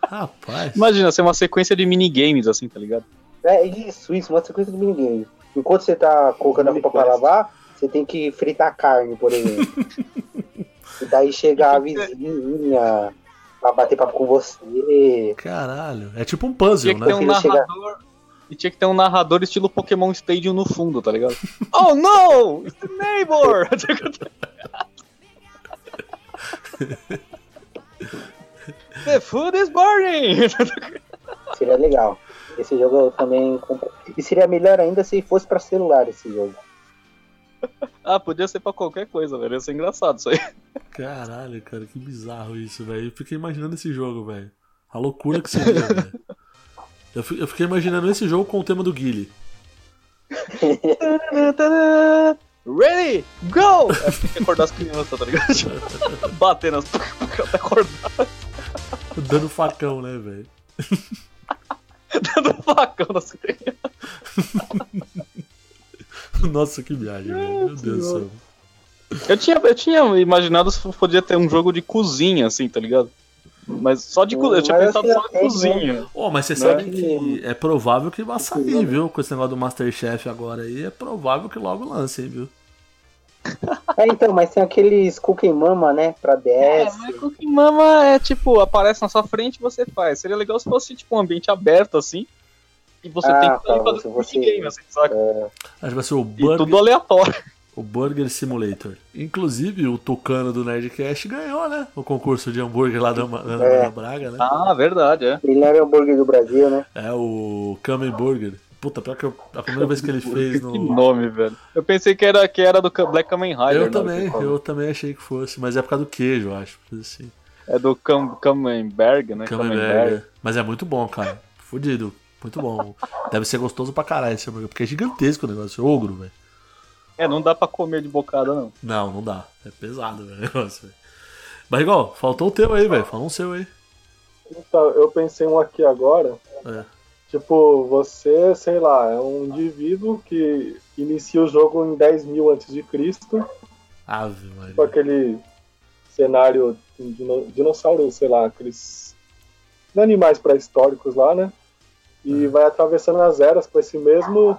Rapaz. Imagina ser uma sequência de minigames, assim, tá ligado? É isso, isso, uma sequência de minigame. Enquanto você tá colocando a roupa pra Mini-quest. lavar, você tem que fritar carne, por exemplo. e daí chega a vizinha pra bater papo com você. Caralho. É tipo um puzzle, Tinha que né? ter um Filho, chega- narrador. E tinha que ter um narrador estilo Pokémon Stadium no fundo, tá ligado? oh no! It's the neighbor! the food is burning! Seria legal. Esse jogo eu também compro. E seria melhor ainda se fosse pra celular esse jogo. ah, podia ser pra qualquer coisa, velho. Ia ser engraçado isso aí. Caralho, cara. Que bizarro isso, velho. Eu fiquei imaginando esse jogo, velho. A loucura que seria, velho. Eu fi- eu fiquei imaginando esse jogo com o tema do Guile. Ready? Go! É, tem que acordar as crianças, tá ligado? Bater nas. até acordar Dando facão, né, velho? dando facão nas crianças. Nossa, que viagem, velho. Meu Deus do céu. Eu tinha, eu tinha imaginado se podia ter um jogo de cozinha, assim, tá ligado? Mas só de cozinha. Eu tinha Mas pensado assim, só de é, cozinha. Ô, mas você sabe que é provável que vá né? sair, viu? Com esse negócio do Masterchef agora aí, é provável que logo lance, viu? É, então, mas tem aqueles Cooking Mama, né? Pra DS. É, mas Cooking Mama é tipo, aparece na sua frente e você faz. Seria legal se fosse tipo um ambiente aberto assim. E você Ah, tem que tá, tá, fazer se um você- É. game, assim, saca? Acho que vai ser o E Burger, tudo aleatório. o Burger Simulator. Inclusive, o Tucano do Nerdcast ganhou, né? O concurso de hambúrguer lá da Ma- da É. Ana Braga, né? Ah, verdade, é. Melhor hambúrguer do Brasil, né? É o Kamen Burger. Puta, pior que eu- a primeira vez que ele fez Que no. nome, velho. Eu pensei que era, que era do Ca- Black Kamen Rider. Eu assim, na hora também, né, que fala. eu também achei que fosse, mas é por causa do queijo, eu acho. coisa Assim. É do Cam, Kamenberg, né? Kamenberg. Camembert. Mas é muito bom, cara. Fudido. Muito bom. Deve ser gostoso pra caralho esse hambúrguer, porque é gigantesco o negócio. Ogro, velho. É, não dá pra comer de bocada, não. Não, não dá. É pesado velho, o negócio, velho. Barrigol, faltou o teu aí, velho. Fala um seu aí. Então, eu pensei um aqui agora. É. Tipo, você, sei lá, é um indivíduo que inicia o jogo em 10 mil antes de Cristo, Ave, Maria. com tipo aquele cenário de dino- dinossauro, sei lá, aqueles animais pré-históricos lá, né? E Uhum. vai atravessando as eras com esse mesmo,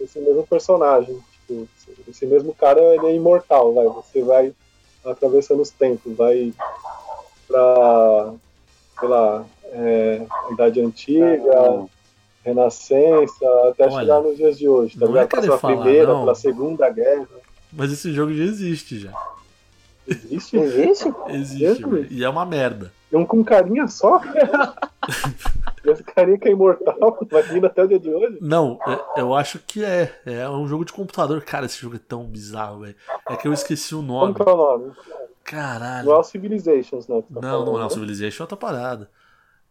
esse mesmo personagem. Tipo, esse mesmo cara ele é imortal, vai. Você vai atravessando os tempos, vai pra, sei lá, é, Idade Antiga, Renascença, até Uhum. Olha, chegar nos dias de hoje, tá não é ligado? querer Passou a falar, primeira, não. pela segunda guerra. Mas esse jogo já existe, já. Existe? Existe? Existe, Mesmo? velho. E é uma merda. Um com carinha só? Esse carinha que é imortal, vai vindo até o dia de hoje. Não, é- eu acho que é. É um jogo de computador. Cara, esse jogo é tão bizarro, velho. É que eu esqueci o Como nome. que é o nome? Caralho. Não é o Civilizations, não. que tá Não, não, falando, não. né? Civilization é outra parada.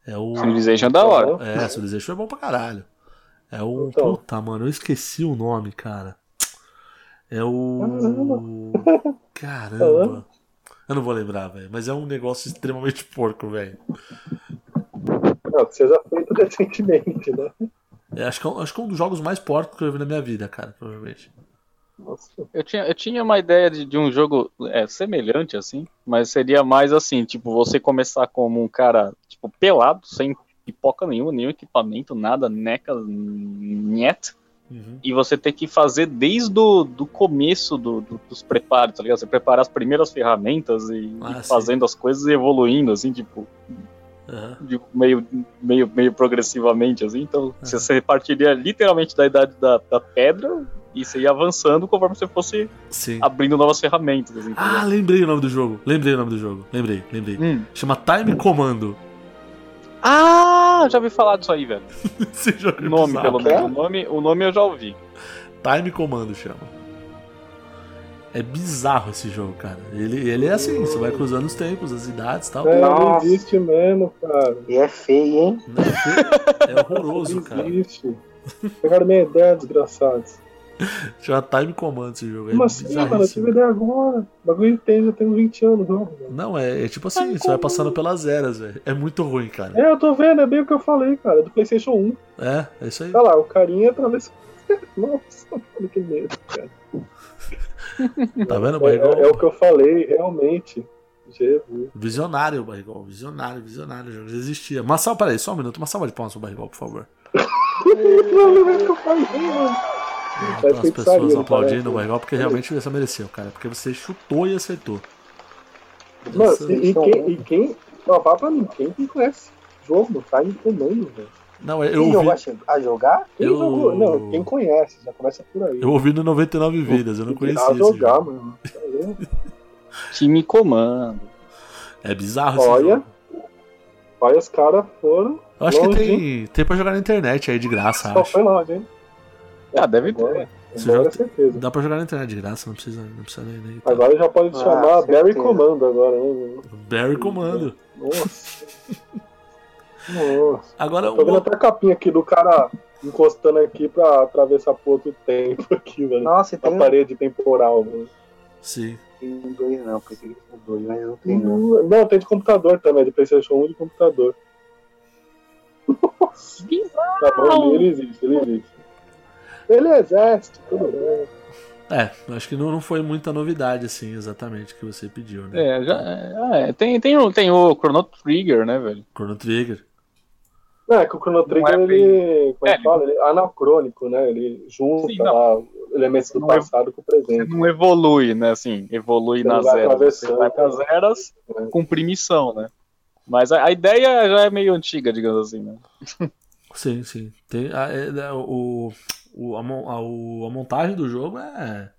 É o. Civilization é da hora. É, Civilization é bom pra caralho. É o. Então. Puta, mano, eu esqueci o nome, cara. É o. Caramba. Eu não vou lembrar, velho. Mas é um negócio extremamente porco, velho. Não, que seja feito recentemente, né? É, acho, que é um- acho que é um dos jogos mais porcos que eu vi na minha vida, cara, provavelmente. Nossa, Eu tinha, eu tinha uma ideia de, de um jogo é, semelhante, assim, mas seria mais assim, tipo, você começar como um cara, tipo, pelado, sem pipoca nenhuma, nenhum equipamento, nada, neca, net, Uhum. e você ter que fazer desde o do começo do, do- dos preparos, tá ligado? Você preparar as primeiras ferramentas e, Ah, e sim. fazendo as coisas e evoluindo, assim, tipo, Aham. de- meio, meio, meio progressivamente, assim, então Ah. você, você partiria literalmente da idade da, da pedra e você ia avançando conforme você fosse Sim. abrindo novas ferramentas. Assim, Ah, lembrei o nome do jogo. Lembrei o nome do jogo. Lembrei, lembrei. Chama Time Commando. ah, já ouvi falar disso aí, velho. Esse jogo O é nome, bizarro. pelo menos. O nome, o nome eu já ouvi. Time Commando chama. É bizarro esse jogo, cara. Ele, ele é assim, você vai cruzando os tempos, as idades e tal. É, É, não Nossa. existe mesmo, cara. E é feio, hein? é horroroso, Não cara. existe. Pegaram minha ideia, desgraçados. Chama Time Commando esse jogo. É Como assim, mano? Eu tive bizarríssimo. ideia agora. O bagulho tem, já tem uns 20 anos, não. mano. Não, é, é tipo assim, você vai passando pelas eras, velho. É muito ruim, cara. É, eu tô vendo, é bem o que eu falei, cara. É do PlayStation 1. É, é isso aí. Olha lá, o carinha atravessa. Nossa, olha que medo. Tá vendo, É, Barrigol? é- é o que eu falei, realmente. Jesus. Visionário, Barrigol. Visionário, visionário. O jogo já existia. Massal, peraí, só um minuto. Uma salva de palmas pro Barrigol, por favor. É Então, as Parece pessoas feitiçaria, aplaudindo parece. o Barrigol porque realmente você mereceu, cara. Porque você chutou e acertou. Mano, Essa- e, e quem. E quem ó, fala pra mim, quem que conhece o jogo, tá em comando, velho. Não, é, eu Quem ouvi, jogou a che- a jogar? Quem Eu- jogou? Não, quem conhece, já começa por aí. eu ouvi no 99 Vidas, eu não Tem que ir lá conhecia esse jogar, jogo. mano. Tá vendo? Time Comando. É bizarro esse Olha. jogo. Olha, os caras foram. Eu acho que longe, tem, tem pra jogar na internet aí de graça, Só acho. foi longe, hein? Ah, deve ter. Agora, Esse agora jogo é certeza. Dá pra jogar na internet de graça, não precisa, não precisa nem. nem tá. Agora já pode Ah, chamar certeza. Barry Comando agora, né? mano? Barry Comando. Nossa. Nossa. Agora, Tô vendo o, até a capinha aqui do cara encostando aqui pra atravessar pro outro tempo aqui, mano. Nossa, e tem Na parede temporal, né? mano. sim, um dois, não. Pensei que tinha dois, mas não tem não. Não, não, tem de computador também, de Playstation 1 de computador. Tá bom, ele existe, ele existe. Ele existe, tudo bem. É, acho que não, não foi muita novidade, assim, exatamente, que você pediu, né? É, já, é, é, tem, tem, o- tem o Chrono Trigger, né, velho? Chrono Trigger. Não, é que o Chrono Trigger, Não é bem- ele, como É, é, que fala, ele é anacrônico, né? Ele junta Sim, lá elementos do Não é- passado com o presente. Não evolui, né, assim, evolui Você na não vai zero. Você atravessando. vai pras eras com primição, né? Mas a, a ideia já é meio antiga, digamos assim, né? Sim, sim. Tem, a, é- é- o, o, a, mon- a- o- a montagem do jogo é.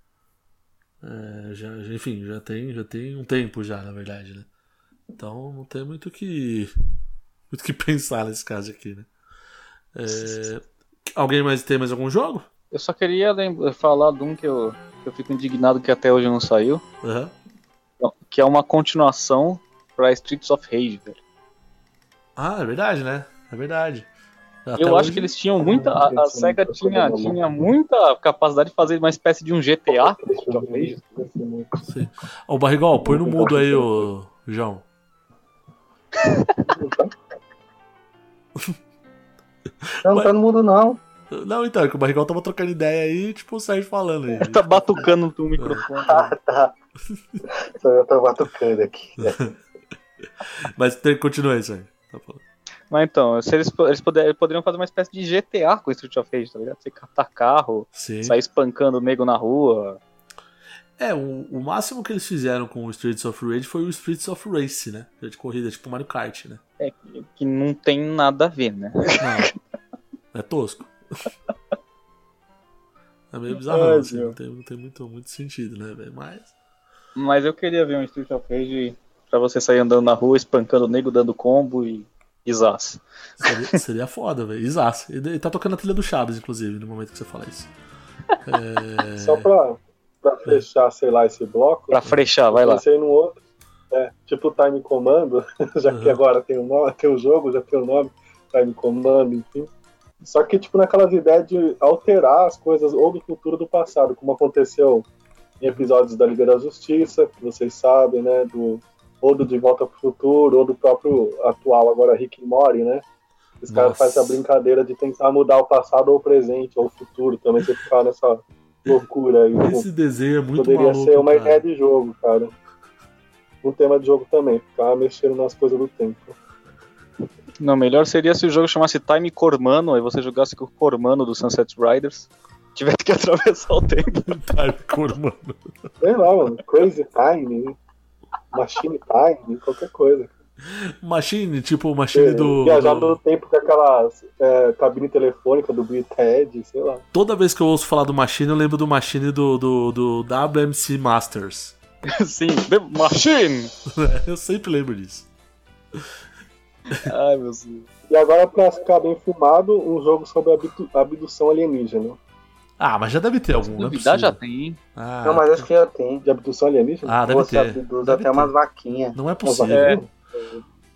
é, já, já- enfim, já tem, já tem um tempo já, na verdade, né? Então não tem muito o que. Muito o que pensar nesse caso aqui, né? É, alguém mais tem mais algum jogo? Eu só queria lem- falar de um que eu, que eu fico indignado que até hoje não saiu, Aham. que é uma continuação pra Streets of Rage, velho. Ah, é verdade, né? É verdade. Até eu acho hoje- que eles tinham muita. A, a Esse SEGA não tá tinha, jogando, não. tinha muita capacidade de fazer uma espécie de um GTA. pra Streets of Rage. Ô, Barrigol, põe no mudo aí, ô João. Não, Ué. todo mundo não. Não, então, é que o Barrigol tava trocando ideia aí, tipo, o Sérgio falando aí. Tá batucando o microfone. Ah, tá. Só eu tô batucando aqui. Mas tem, continua aí, Sérgio. Tá bom. Mas então, se eles, po- eles poder- eles poderiam fazer uma espécie de GTA com Street of Rage, tá ligado? Você catar carro, Sim. sair espancando o nego na rua. É, o, o máximo que eles fizeram com o Streets of Rage foi o Streets of Race, né? Jogo De corrida, tipo Mario Kart, né? É, que, que não tem nada a ver, né? Não. é tosco. É meio bizarro, Ai, assim, meu. não tem, não tem muito, muito sentido, né, velho? Mas. Mas eu queria ver um Street of Rage pra você sair andando na rua, espancando o nego, dando combo e. Isas. Seria, seria foda, velho. Exato. Ele tá tocando a trilha do Chaves, inclusive, no momento que você fala isso. É... Só pra, pra fechar, sei lá, esse bloco. Pra frechar, vai eu lá. Pensei num outro. É, tipo Time Commando, já que Uhum. agora tem o, nome, tem o jogo, já tem o nome, Time Commando, enfim. Só que, tipo, naquelas ideias de alterar as coisas ou do futuro ou do passado, como aconteceu em episódios da Liga da Justiça, que vocês sabem, né? Do, ou do De Volta pro Futuro, ou do próprio atual, agora Rick e Morty, né? Os caras Nossa. fazem a brincadeira de tentar mudar o passado ou o presente, ou o futuro também, você ficar nessa loucura aí. tipo, com- Esse desenho é muito Poderia maluco. ser uma cara. ideia de jogo, cara. Um tema de jogo também, ficar mexendo nas coisas do tempo. Não, melhor seria se o jogo chamasse Time Cormano, aí você jogasse com o Cormano do Sunset Riders, tivesse que atravessar o tempo. Hardcore, mano. Sei lá, mano. Crazy Time, Machine Time, qualquer coisa. Machine, tipo o É, Machine do. Viajar do- no tempo com aquela é, cabine telefônica do Bill e Ted, sei lá. Toda vez que eu ouço falar do Machine, eu lembro do Machine do, do, do WMC Masters. Sim, The Machine! Eu sempre lembro disso. Ai, meu Deus. E agora, pra ficar bem filmado, um jogo sobre abdu- abdução alienígena. Ah, mas já deve ter algum, né? Duvidar já tem, hein? Ah, Não, mas acho que já tem. De abdução alienígena? ah deve Você ter. abduz Deve até ter. umas vaquinhas. Não é Nossa, possível. é.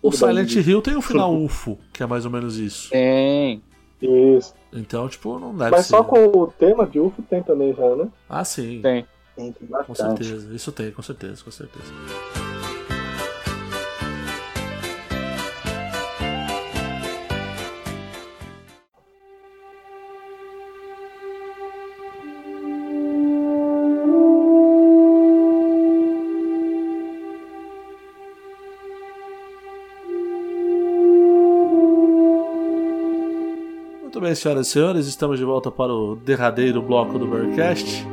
O Tudo bem, Silent Gui. Hill tem o final UFO, que é mais ou menos isso. Tem. Isso. Então, tipo, não deve Mas ser. só com o tema de UFO tem também já, né? Ah, sim. Tem. Tem, tem Com bastante. certeza. Isso tem, com certeza, com certeza. Muito bem, senhoras e senhores, estamos de volta para o derradeiro bloco do Bearcast.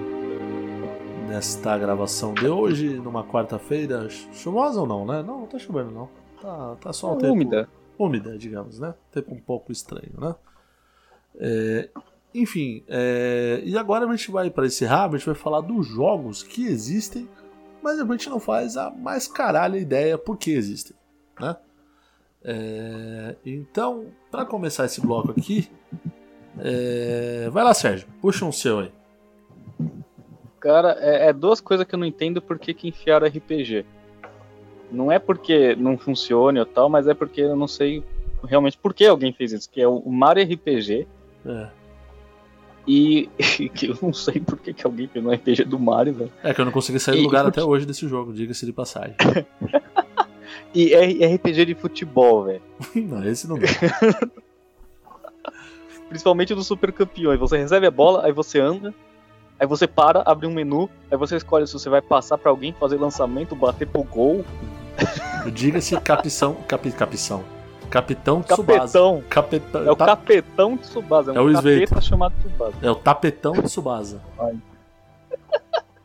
Nesta gravação de hoje, numa quarta-feira, chuvosa ou não, né? Não, não tá chovendo não. Tá, tá só um tempo É úmida. úmida, digamos, né? Tempo um pouco estranho, né? É, enfim, é, e agora a gente vai para encerrar, a gente vai falar dos jogos que existem, mas a gente não faz a mais caralha ideia por que existem, né? É, então, para começar esse bloco aqui, é, vai lá, Sérgio, puxa um seu aí. Cara, é, é duas coisas que eu não entendo por que, que enfiaram RPG. Não é porque não funcione ou tal, mas é porque eu não sei realmente por que alguém fez isso, que é o o Mario RPG É. e que eu não sei por que, que alguém fez um RPG do Mario, velho. É que eu não consegui sair E- do lugar e por até hoje desse jogo, diga-se de passagem. E é RPG de futebol, velho. não, esse não dá. Principalmente do Super Campeões. Você recebe a bola, aí você anda, Aí você para, abre um menu, aí você escolhe se você vai passar pra alguém, fazer lançamento, bater pro gol, Diga-se capitão. Capi, capitão. Capitão Tsubasa. capetão. Capetão. É o ta- capetão de Tsubasa, é um É o capeta Sveita. chamado Tsubasa. é o tapetão Tsubasa.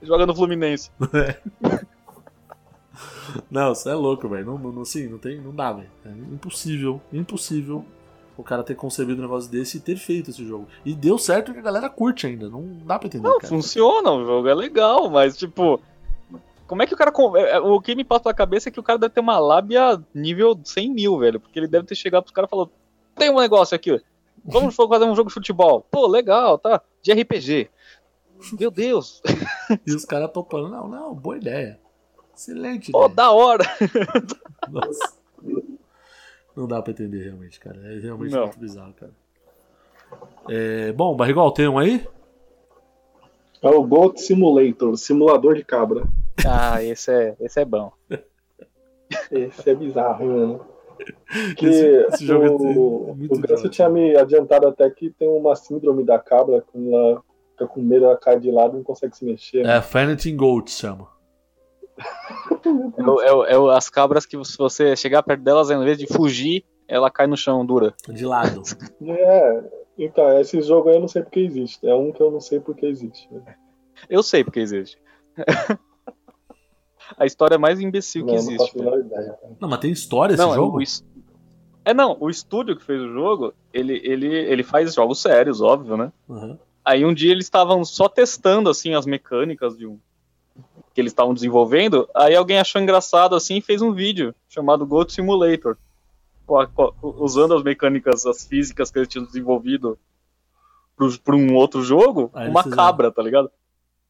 Joga no Fluminense. Não, você é louco, velho. Não, não, assim, não, tem, não dá, velho. É impossível, impossível o cara ter concebido um negócio desse e ter feito esse jogo. E deu certo que a galera curte ainda. Não dá pra entender, Não, cara. funciona, o jogo é legal, mas tipo. Como é que o cara. con- é, é, O que me passa pela cabeça é que o cara deve ter uma lábia nível 100 mil, velho. Porque ele deve ter chegado pros caras e falou: tem um negócio aqui, vamos fazer um jogo de futebol. Pô, legal, tá? De RPG. Meu Deus, E os caras topando. Não, não, boa ideia. Excelente pô, ideia. da hora. Nossa. Não dá pra entender realmente, cara. É realmente Não. muito bizarro, cara. É, bom, Barrigol, tem um aí? É o Goat Simulator, simulador de cabra. Ah, esse é, esse é bom. Esse é bizarro, hein, mano. Que Esse- esse jogo é o, muito assim. o Ganso idiota. tinha me adiantado até que tem uma síndrome da cabra, quando ela fica com medo, ela cai de lado e não consegue se mexer. É, Fanatin Gold chama. É, o- é o- é o- as cabras que se você chegar perto delas, ao invés de fugir, ela cai no chão dura. De lado. É, então, esse jogo aí eu não sei porque existe. É um que eu não sei porque existe. né? Eu sei porque existe. A história é mais imbecil Não, que não existe. faço a velho. menor ideia. Não, mas tem história esse não, é jogo? O, es- é não, o estúdio que fez o jogo, ele, ele, ele faz jogos sérios, óbvio, né? Aham. Aí um dia eles estavam só testando assim as mecânicas de um que eles estavam desenvolvendo, aí alguém achou engraçado assim e fez um vídeo chamado Goat Simulator, com a- com a- usando as mecânicas, as físicas que eles tinham desenvolvido para um outro jogo, Aí Ah, eles uma fizeram. cabra, tá ligado?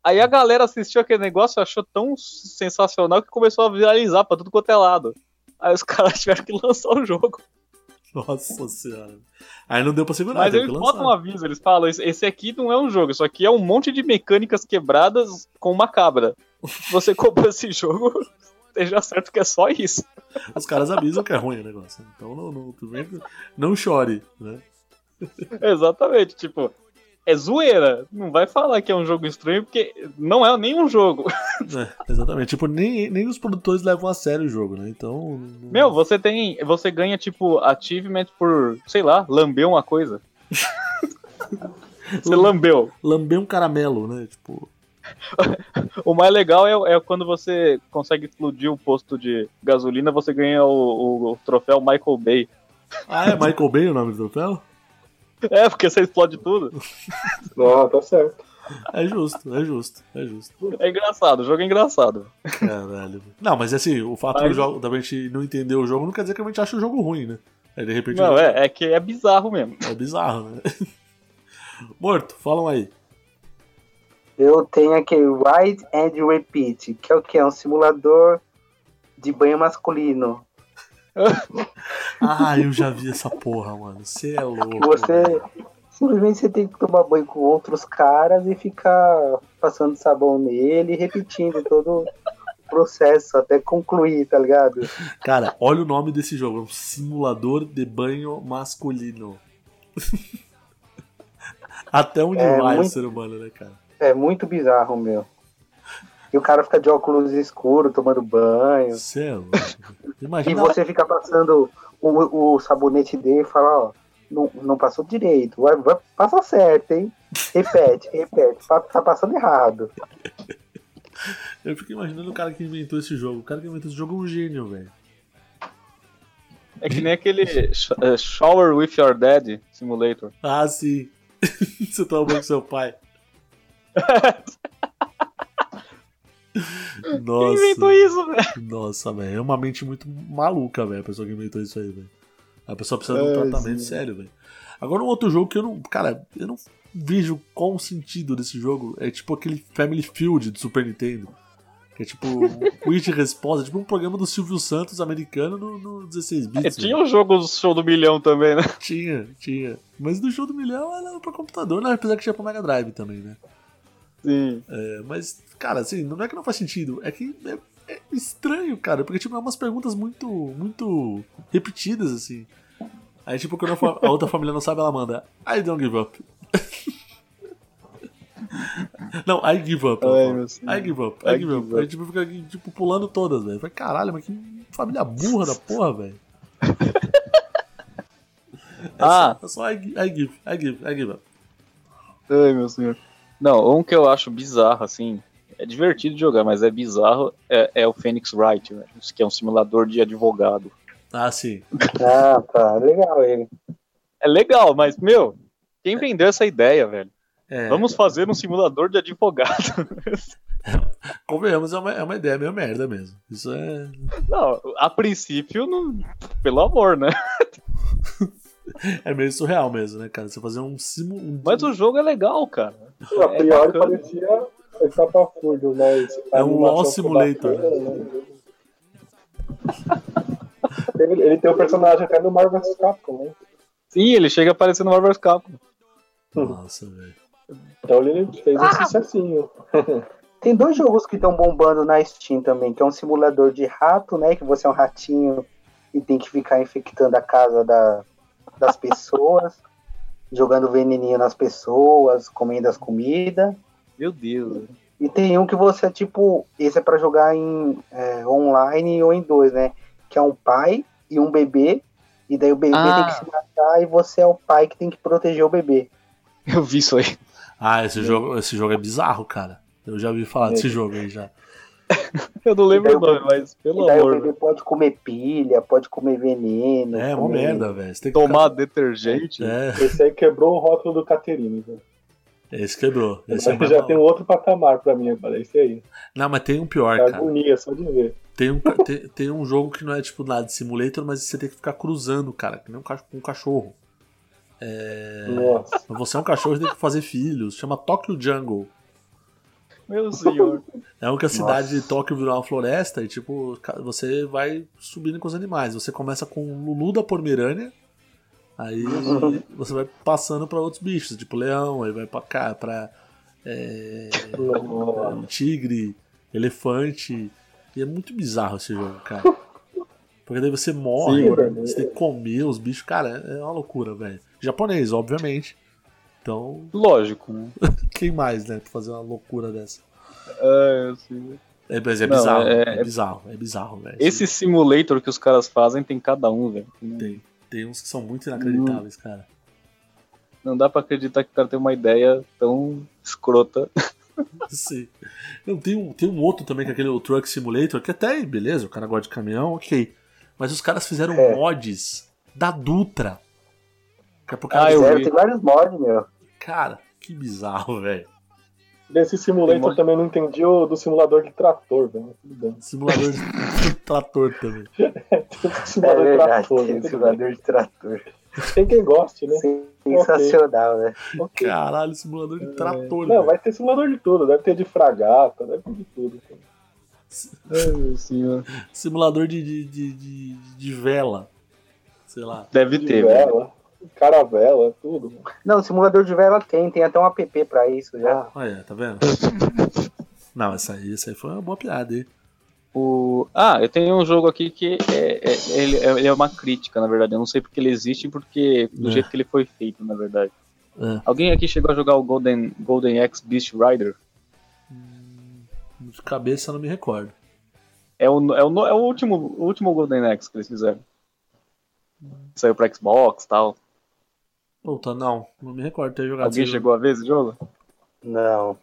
Aí a galera assistiu aquele negócio, achou tão sensacional que começou a viralizar pra tudo quanto é lado. Aí os caras tiveram que lançar o jogo. Nossa senhora. Aí não deu pra segurar, Mas teve eles Ah, que botam um lançar. aviso, eles falam: "Esse- esse aqui não é um jogo, isso aqui é um monte de mecânicas quebradas com uma cabra. Você compra esse jogo, esteja certo que é só isso. Os caras avisam que é ruim o negócio. Então não, não, tudo bem que- não chore, né? Exatamente, tipo, é zoeira. Não vai falar que é um jogo estranho, porque não é nenhum jogo. É, exatamente. Tipo, nem, nem os produtores levam a sério o jogo, né? Então. não- Meu, você tem. Você ganha, tipo, achievement por, sei lá, lamber uma coisa. Você lambeu. Lamber um caramelo, né? Tipo. O mais legal é, é quando você consegue explodir o posto de gasolina, você ganha o, o troféu Michael Bay. Ah, é Michael Bay o nome do troféu? É, porque você explode tudo. Não, tá certo. É justo, é justo, é justo. É engraçado, o jogo é engraçado. Caralho. Não, mas assim, o fato Mas- do jogo, da gente não entender o jogo não quer dizer que a gente acha o jogo ruim, né? Aí de repente Não, é, é que é bizarro mesmo. é bizarro, né? Morto, falam aí. Eu tenho aquele Ride and Repeat, que é o que? É um simulador de banho masculino. Ah, eu já vi essa porra, mano. Você é louco. Que você simplesmente você tem que tomar banho com outros caras e ficar passando sabão nele e repetindo todo o processo até concluir, tá ligado? Cara, olha o nome desse jogo. É um simulador de banho masculino. Até onde É, vai o muito- ser humano, né, cara? É muito bizarro, meu. E o cara fica de óculos escuros tomando banho. Você é louco. E Imagina. você fica passando o, o sabonete dele e fala, ó, não, não passou direito, vai, vai- passa certo, hein? Repete, repete, tá, tá passando errado. Eu fico imaginando o cara que inventou esse jogo. O cara que inventou esse jogo é um gênio, velho. É que nem aquele sh- eh, Shower with Your Dad Simulator. Ah, sim. você toma banho com seu pai. Nossa. Quem inventou isso, né? velho? Nossa, velho. É uma mente muito maluca, velho. A pessoa que inventou isso aí, velho. A pessoa precisa de um É, tratamento sim. sério, velho. Agora, um outro jogo que eu não. Cara, eu não vejo qual o sentido desse jogo. É tipo aquele Family Field do Super Nintendo. Que é tipo um quiz e resposta. Tipo um programa do Silvio Santos americano no, no 16 É, bits. tinha o jogo do show do milhão também, né? velho. tinha, tinha. Mas do show do milhão era pra computador, né? Apesar que tinha pra Mega Drive também, né? Sim. É, mas, cara, assim, não é que não faz sentido, é que é, é estranho, cara, porque, tipo, é umas perguntas muito, muito repetidas, assim. Aí, tipo, quando a, fa- a outra família não sabe, ela manda, I don't give up. Não, I give up. Ai, mano. meu I senhor. give up, I I give give up. up. Aí tipo, fica aqui, tipo, pulando todas, velho. Falei, Caralho, mas que família burra da porra, velho. Ah. É só, é só I, gi- I give, I give, I give up. Ai, meu senhor. é, Não, um que eu acho bizarro, assim. É divertido de jogar, mas é bizarro. É, é o Phoenix Wright, né, que é um simulador de advogado. Ah, sim. Ah, tá. Legal ele. É legal, mas, meu, quem vendeu essa ideia, velho? É, Vamos fazer um simulador de advogado. Convenhamos, é uma, é uma ideia meio merda mesmo. Isso é. Não, a princípio, não... pelo amor, né? É meio surreal mesmo, né, cara? Você fazer um simu. um- Mas o jogo é legal, cara. A priori É bacana. parecia etapa fúrio, mas. a É um animação LOL ficou Simulator, bacana, né? ele, ele tem um personagem até no Marvel vs. Capcom, né? Sim, ele chega aparecendo no Marvel vs. Capcom. Nossa, velho. Então ele fez um Ah! sucessinho. Tem dois jogos que estão bombando na Steam também, que é um simulador de rato, né? Que você é um ratinho e tem que ficar infectando a casa da- das pessoas, jogando veneninho nas pessoas, comendo as comidas. Meu Deus. velho. E tem um que você é tipo, esse é pra jogar em é, online ou em dois, né? Que é um pai e um bebê, e daí o bebê Ah. tem que se matar e você é o pai que tem que proteger o bebê. Eu vi isso aí. Ah, esse jogo, esse jogo é bizarro, cara. Eu já ouvi falar É. desse jogo aí já. Eu não lembro E daí o nome, mas E pelo daí o amor, né? bebê velho. pode comer pilha, pode comer veneno. É, uma comer- merda, velho. Você tem que Tomar detergente. É, Esse aí quebrou o rótulo do Caterine, velho. esse quebrou. Esse é Acho que já mais tem um outro patamar pra mim agora, esse aí. Não, mas tem um pior, É cara. agonia só de ver. Tem um, ca- tem, tem um jogo que não é tipo nada de simulator, mas você tem que ficar cruzando, cara, que nem um, ca- um cachorro. Nossa. Mas você é um cachorro e tem que fazer filhos. Chama Tokyo Jungle. Meu senhor. É um que a cidade Nossa. de Tóquio virou uma floresta e, tipo, ca- você vai subindo com os animais. Você começa com o Lulu da Pomerânia, aí você vai passando pra outros bichos, tipo leão, aí vai pra cá, pra é, Nossa. tigre, elefante. E é muito bizarro esse jogo, cara. Porque daí você Sim, morre, velho. você tem que comer os bichos, cara, é uma loucura, velho. Japonês, obviamente. Então, Lógico. né? quem mais, né, pra fazer uma loucura dessa? É, eu sei. É, mas é Não, bizarro, é- é, é- bizarro, é bizarro, velho. Esse simulator que os caras fazem tem cada um, velho. Tem, tem uns que são muito inacreditáveis, cara. Não dá pra acreditar que o cara tem uma ideia tão escrota. Sim. Não, tem, um, tem um outro também, que é aquele o Truck Simulator, que até aí, beleza, o cara gosta de caminhão, ok. Mas os caras fizeram É. mods da Dutra. Que é pro Ah, cara, eu Sério, vi. tem vários mods, meu. cara, que bizarro, velho. Desse Tem um simulator monte- eu também não entendi o do simulador de trator, velho. Tudo bem. Simulador de trator também. É Simulador de verdade, trator. né? tem tudo bem. simulador de trator. Tem quem goste, né? Sensacional, né? Ok. Caralho, simulador de trator, Não, velho. vai ter simulador de tudo. Deve ter de fragata, deve ter de tudo. Ai, meu senhor. Simulador de, de, de, de, de vela. Sei lá. Deve De ter, é, velho. vela, né? caravela, tudo. mano. Não, simulador de vela tem, tem até um app pra isso Ah. já. Olha, tá vendo? Não, essa aí, essa aí foi uma boa piada, hein? O... Ah, eu tenho um jogo aqui que é, é- ele, é, ele é uma crítica, na verdade. Eu não sei porque ele existe, porque do É. jeito que ele foi feito, na verdade. É. Alguém aqui chegou a jogar o Golden, Golden Axe Beast Rider? De cabeça eu não me recordo. É o, é o, no- é o último, o último Golden Axe que eles fizeram. Saiu pra Xbox e tal. Puta, não, não me recordo de ter jogado Alguém esse jogo. chegou a ver esse jogo? Não.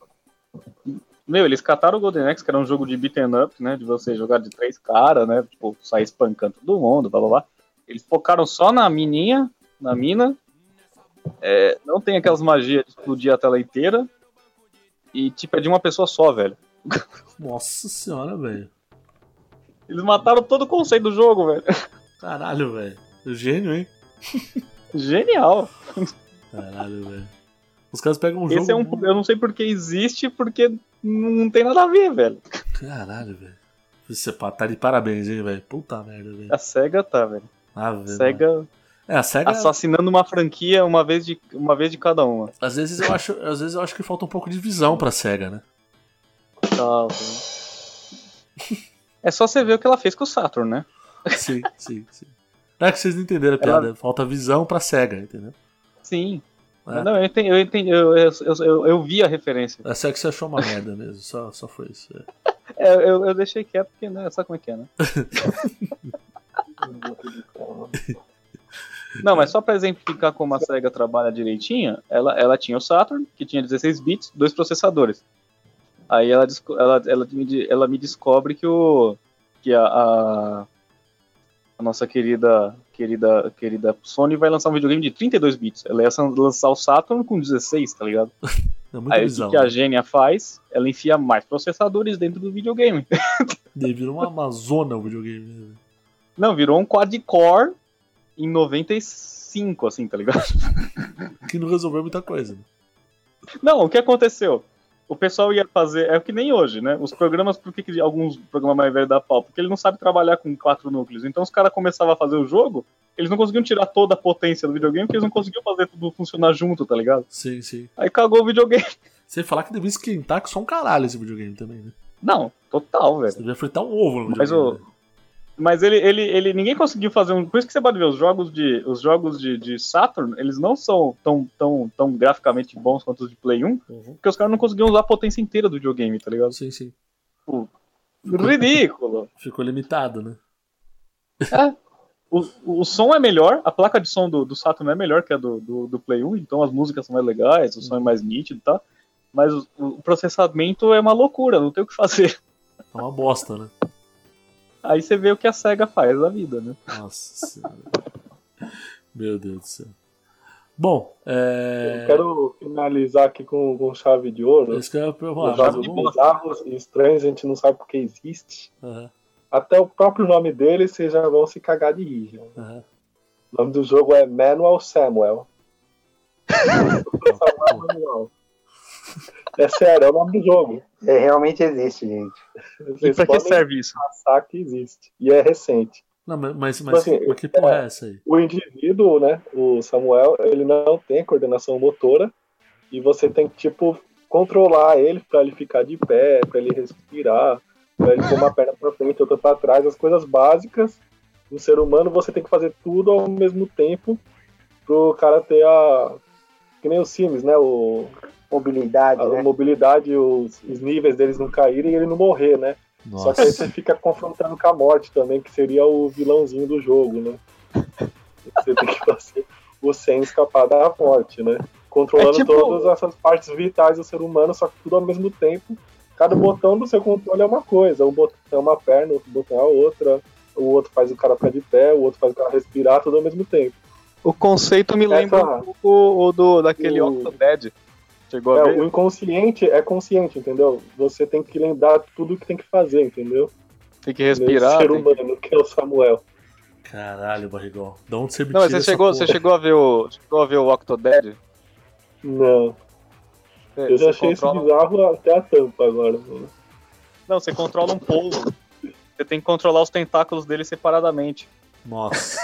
Meu, eles cataram o Golden Axe, que era um jogo de beaten up, né? De você jogar de três caras, né? Tipo, sair espancando todo mundo, blá blá blá. Eles focaram só na mininha, na mina. É, não tem aquelas magias de explodir a tela inteira. E, tipo, é de uma pessoa só, velho. Nossa senhora, velho. Eles mataram todo o conceito do jogo, velho. Caralho, velho. Gênio, hein? Genial. Caralho, velho. Os caras pegam um jogo. Esse é um. Eu não sei porque existe, porque não tem nada a ver, velho. Caralho, velho. Você pá, tá de parabéns, hein, velho. Puta merda, velho. A SEGA tá, velho. Ave Maria. SEGA É, a SEGA. assassinando uma franquia uma vez de, uma vez de cada uma. Às vezes eu acho. Às vezes eu acho que falta um pouco de visão pra SEGA, né? Tá, É só você ver o que ela fez com o Saturn, né? Sim, sim, sim. Não é que vocês não entenderam a piada. Falta visão pra SEGA, entendeu? Sim. É. Não, eu entendi, eu, entendi eu, eu, eu, eu vi a referência. É sério que você achou uma merda mesmo, só, só foi isso. é. É, eu, eu deixei quieto porque né, sabe como é que é, né? Não, mas só pra exemplificar como a SEGA trabalha direitinho, ela, ela tinha o Saturn, que tinha 16 bits, dois processadores. Aí ela, desco- ela, ela, me, de- ela me descobre que o. que a, a, a nossa querida, querida, querida Sony vai lançar um videogame de 32 bits. Ela ia lançar o Saturn com 16, tá ligado? É muito Aí o que bizarro. que a gênia faz? Ela enfia mais processadores dentro do videogame. Ele virou uma Amazona o videogame. né? Não, virou um quad-core em 95, assim, tá ligado? Que não resolveu muita coisa. né? Não, o que aconteceu? O pessoal ia fazer, é que nem hoje, né? Os programas, por que, que alguns programas mais velhos dá pau? Porque ele não sabe trabalhar com quatro núcleos. Então os caras começavam a fazer o jogo, eles não conseguiam tirar toda a potência do videogame, porque eles não conseguiam fazer tudo funcionar junto, tá ligado? Sim, sim. Aí cagou o videogame. Sem falar que devia esquentar que só um caralho esse videogame também, né? Não, total, velho. Você devia fritar um ovo no videogame. Mas o- né? Mas ele, ele, ele, ninguém conseguiu fazer um. Por isso que você pode ver, os jogos de, os jogos de, de Saturn, eles não são tão, tão, tão graficamente bons quanto os de Play 1, porque os caras não conseguiam usar a potência inteira do videogame, tá ligado? Sim, sim. Ridículo! Ficou limitado, né? O, o som é melhor, a placa de som do, do Saturn é melhor que a do, do, do Play 1, então as músicas são mais legais, o som é mais nítido e tal. Mas o, o processamento é uma loucura, não tem o que fazer. É uma bosta, né? Aí você vê o que a SEGA faz da vida, né? Nossa senhora. Meu Deus do céu. Bom, Eu é. quero finalizar aqui com, com chave de ouro. um Isso que eu ia perguntar. Os mas jogos vamos- bizarros e estranhos, a gente não sabe porque existe. Aham, Até o próprio nome dele, vocês já vão se cagar de rir. né? aham. O nome do jogo é Manuel Samuel. Pô, Manuel. É sério, é o nome do jogo. É, realmente existe, gente. E Vocês pra que podem serve isso? passar que existe. E é recente. Não, mas, mas, Tipo assim, mas que porra é essa aí? O indivíduo, né, o Samuel, ele não tem coordenação motora e você tem que, tipo, controlar ele pra ele ficar de pé, pra ele respirar, pra ele pôr uma perna pra frente, outra pra trás, as coisas básicas do ser humano, você tem que fazer tudo ao mesmo tempo pro cara ter a... que nem os Sims, né, o, Mobilidade, a né? mobilidade, os, os níveis deles não caírem e ele não morrer, né? Só que aí você Nossa. fica confrontando com a morte também, que seria o vilãozinho do jogo, né? Você tem que fazer o Sen escapar da morte, né? Controlando É tipo- todas essas partes vitais do ser humano, só que tudo ao mesmo tempo. Cada botão do seu controle é uma coisa. Um botão é uma perna, outro botão é outra. O outro faz o cara ficar de pé, o outro faz o cara respirar, tudo ao mesmo tempo. O conceito me Essa- é lembra um pouco o do, daquele o- Octodad. Chegou a É, ver? o inconsciente é consciente, entendeu? Você tem que lembrar tudo o que tem que fazer, entendeu? Tem que Nesse respirar. tem ser que- humano, que é o Samuel. Caralho, barrigol. De onde você me Não, mas tira você essa chegou, porra? você chegou a ver o. Chegou a ver o Octodad? Não. Você, Eu já É, você achei controla- isso bizarro até a tampa agora. mano. Não, você controla um polvo. Você tem que controlar os tentáculos dele separadamente. Nossa,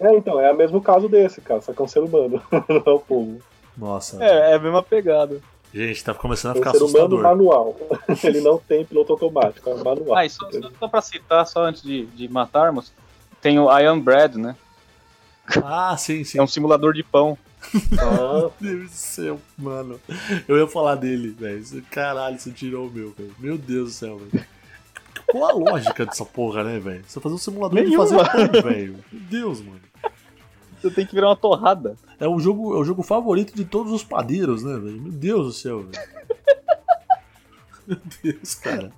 É, então, é o mesmo caso desse, cara, só que é um ser humano, não é o povo. nossa. É, é a mesma pegada. Gente, tá começando a É um ficar ser humano assustador. manual. Ele não tem piloto automático, é manual. Ah, e só, só, só pra citar, só antes de, de matarmos, tem o Iron Bread, né? Ah, sim, sim. É um simulador de pão. Ah, Meu Deus do céu, mano. Eu ia falar dele, velho. Isso- Caralho, você tirou o meu, velho. Meu Deus do céu, velho. Qual a lógica dessa porra, né, velho? Você fazer um simulador de Nenhuma. fazer pão, velho. Meu Deus, mano. Você tem que virar uma torrada. É o jogo, é o jogo favorito de todos os padeiros, né, velho? Meu Deus do céu, velho. Meu Deus, cara.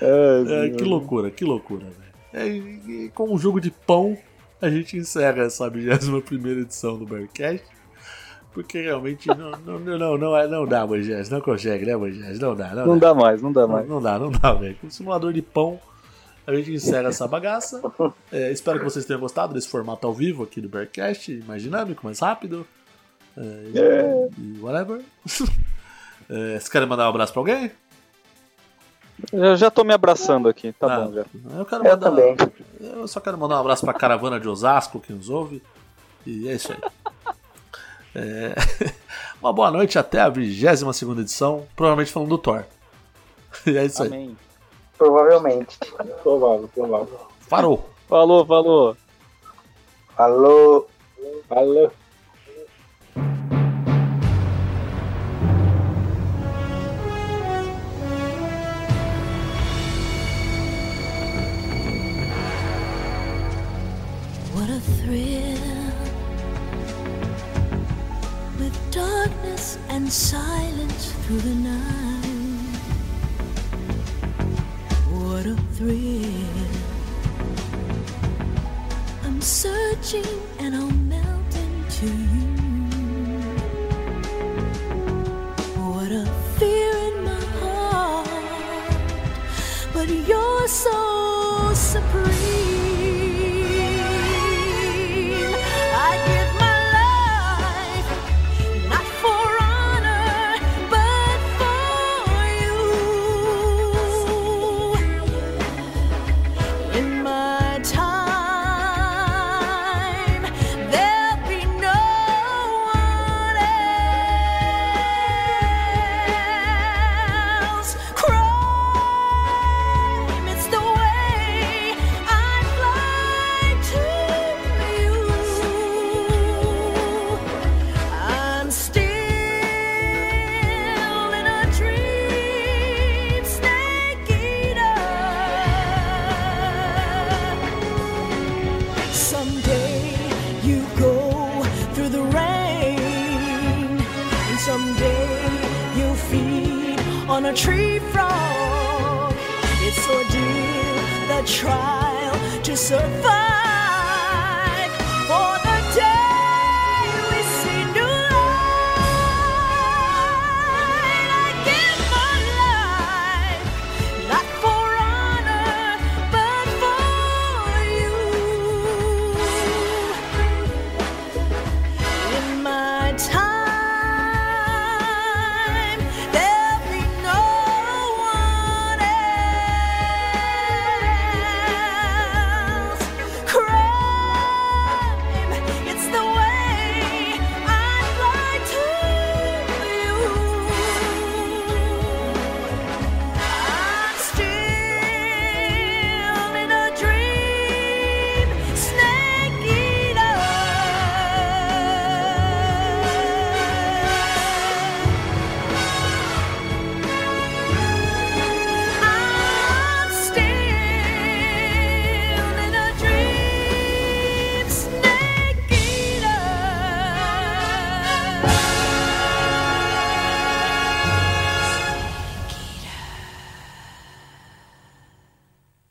É, que loucura, que loucura, velho. É, e- e com o jogo de pão, a gente encerra essa 21 edição do Bearcast. Porque realmente não, não, não, não, não, é- não dá, Moisés. Não consegue, né, Moisés? Não dá, não, Não dá. dá mais, não dá Não, mais. não dá, não dá, velho. Com o simulador de pão, a gente encerra essa bagaça. É, espero que vocês tenham gostado desse formato ao vivo aqui do Bearcast, mais dinâmico, mais rápido. É, e- e whatever. É, vocês querem mandar um abraço pra alguém? Eu já tô me abraçando aqui, tá Ah, bom já. Eu quero Eu mandar. também. Eu só quero mandar um abraço pra caravana de Osasco que nos ouve. E é isso aí. É, Uma boa noite até a 22 segunda edição, provavelmente falando do Thor. E é isso aí. Amém. Provavelmente. provável, provável. Farou! Falou, falou. Falou. Alô. silence through the night. What a thrill. I'm searching and I'll melt into you. What a fear in my heart. But you're so supreme. I give my life not for honor, but for you. In my time, there'll be no one else. Crime, it's the way I fly to you. I'm still in a dream, snake eater. Someday you go through the rain, and someday you feed on a tree frog. It's ordeal, the trial to survive.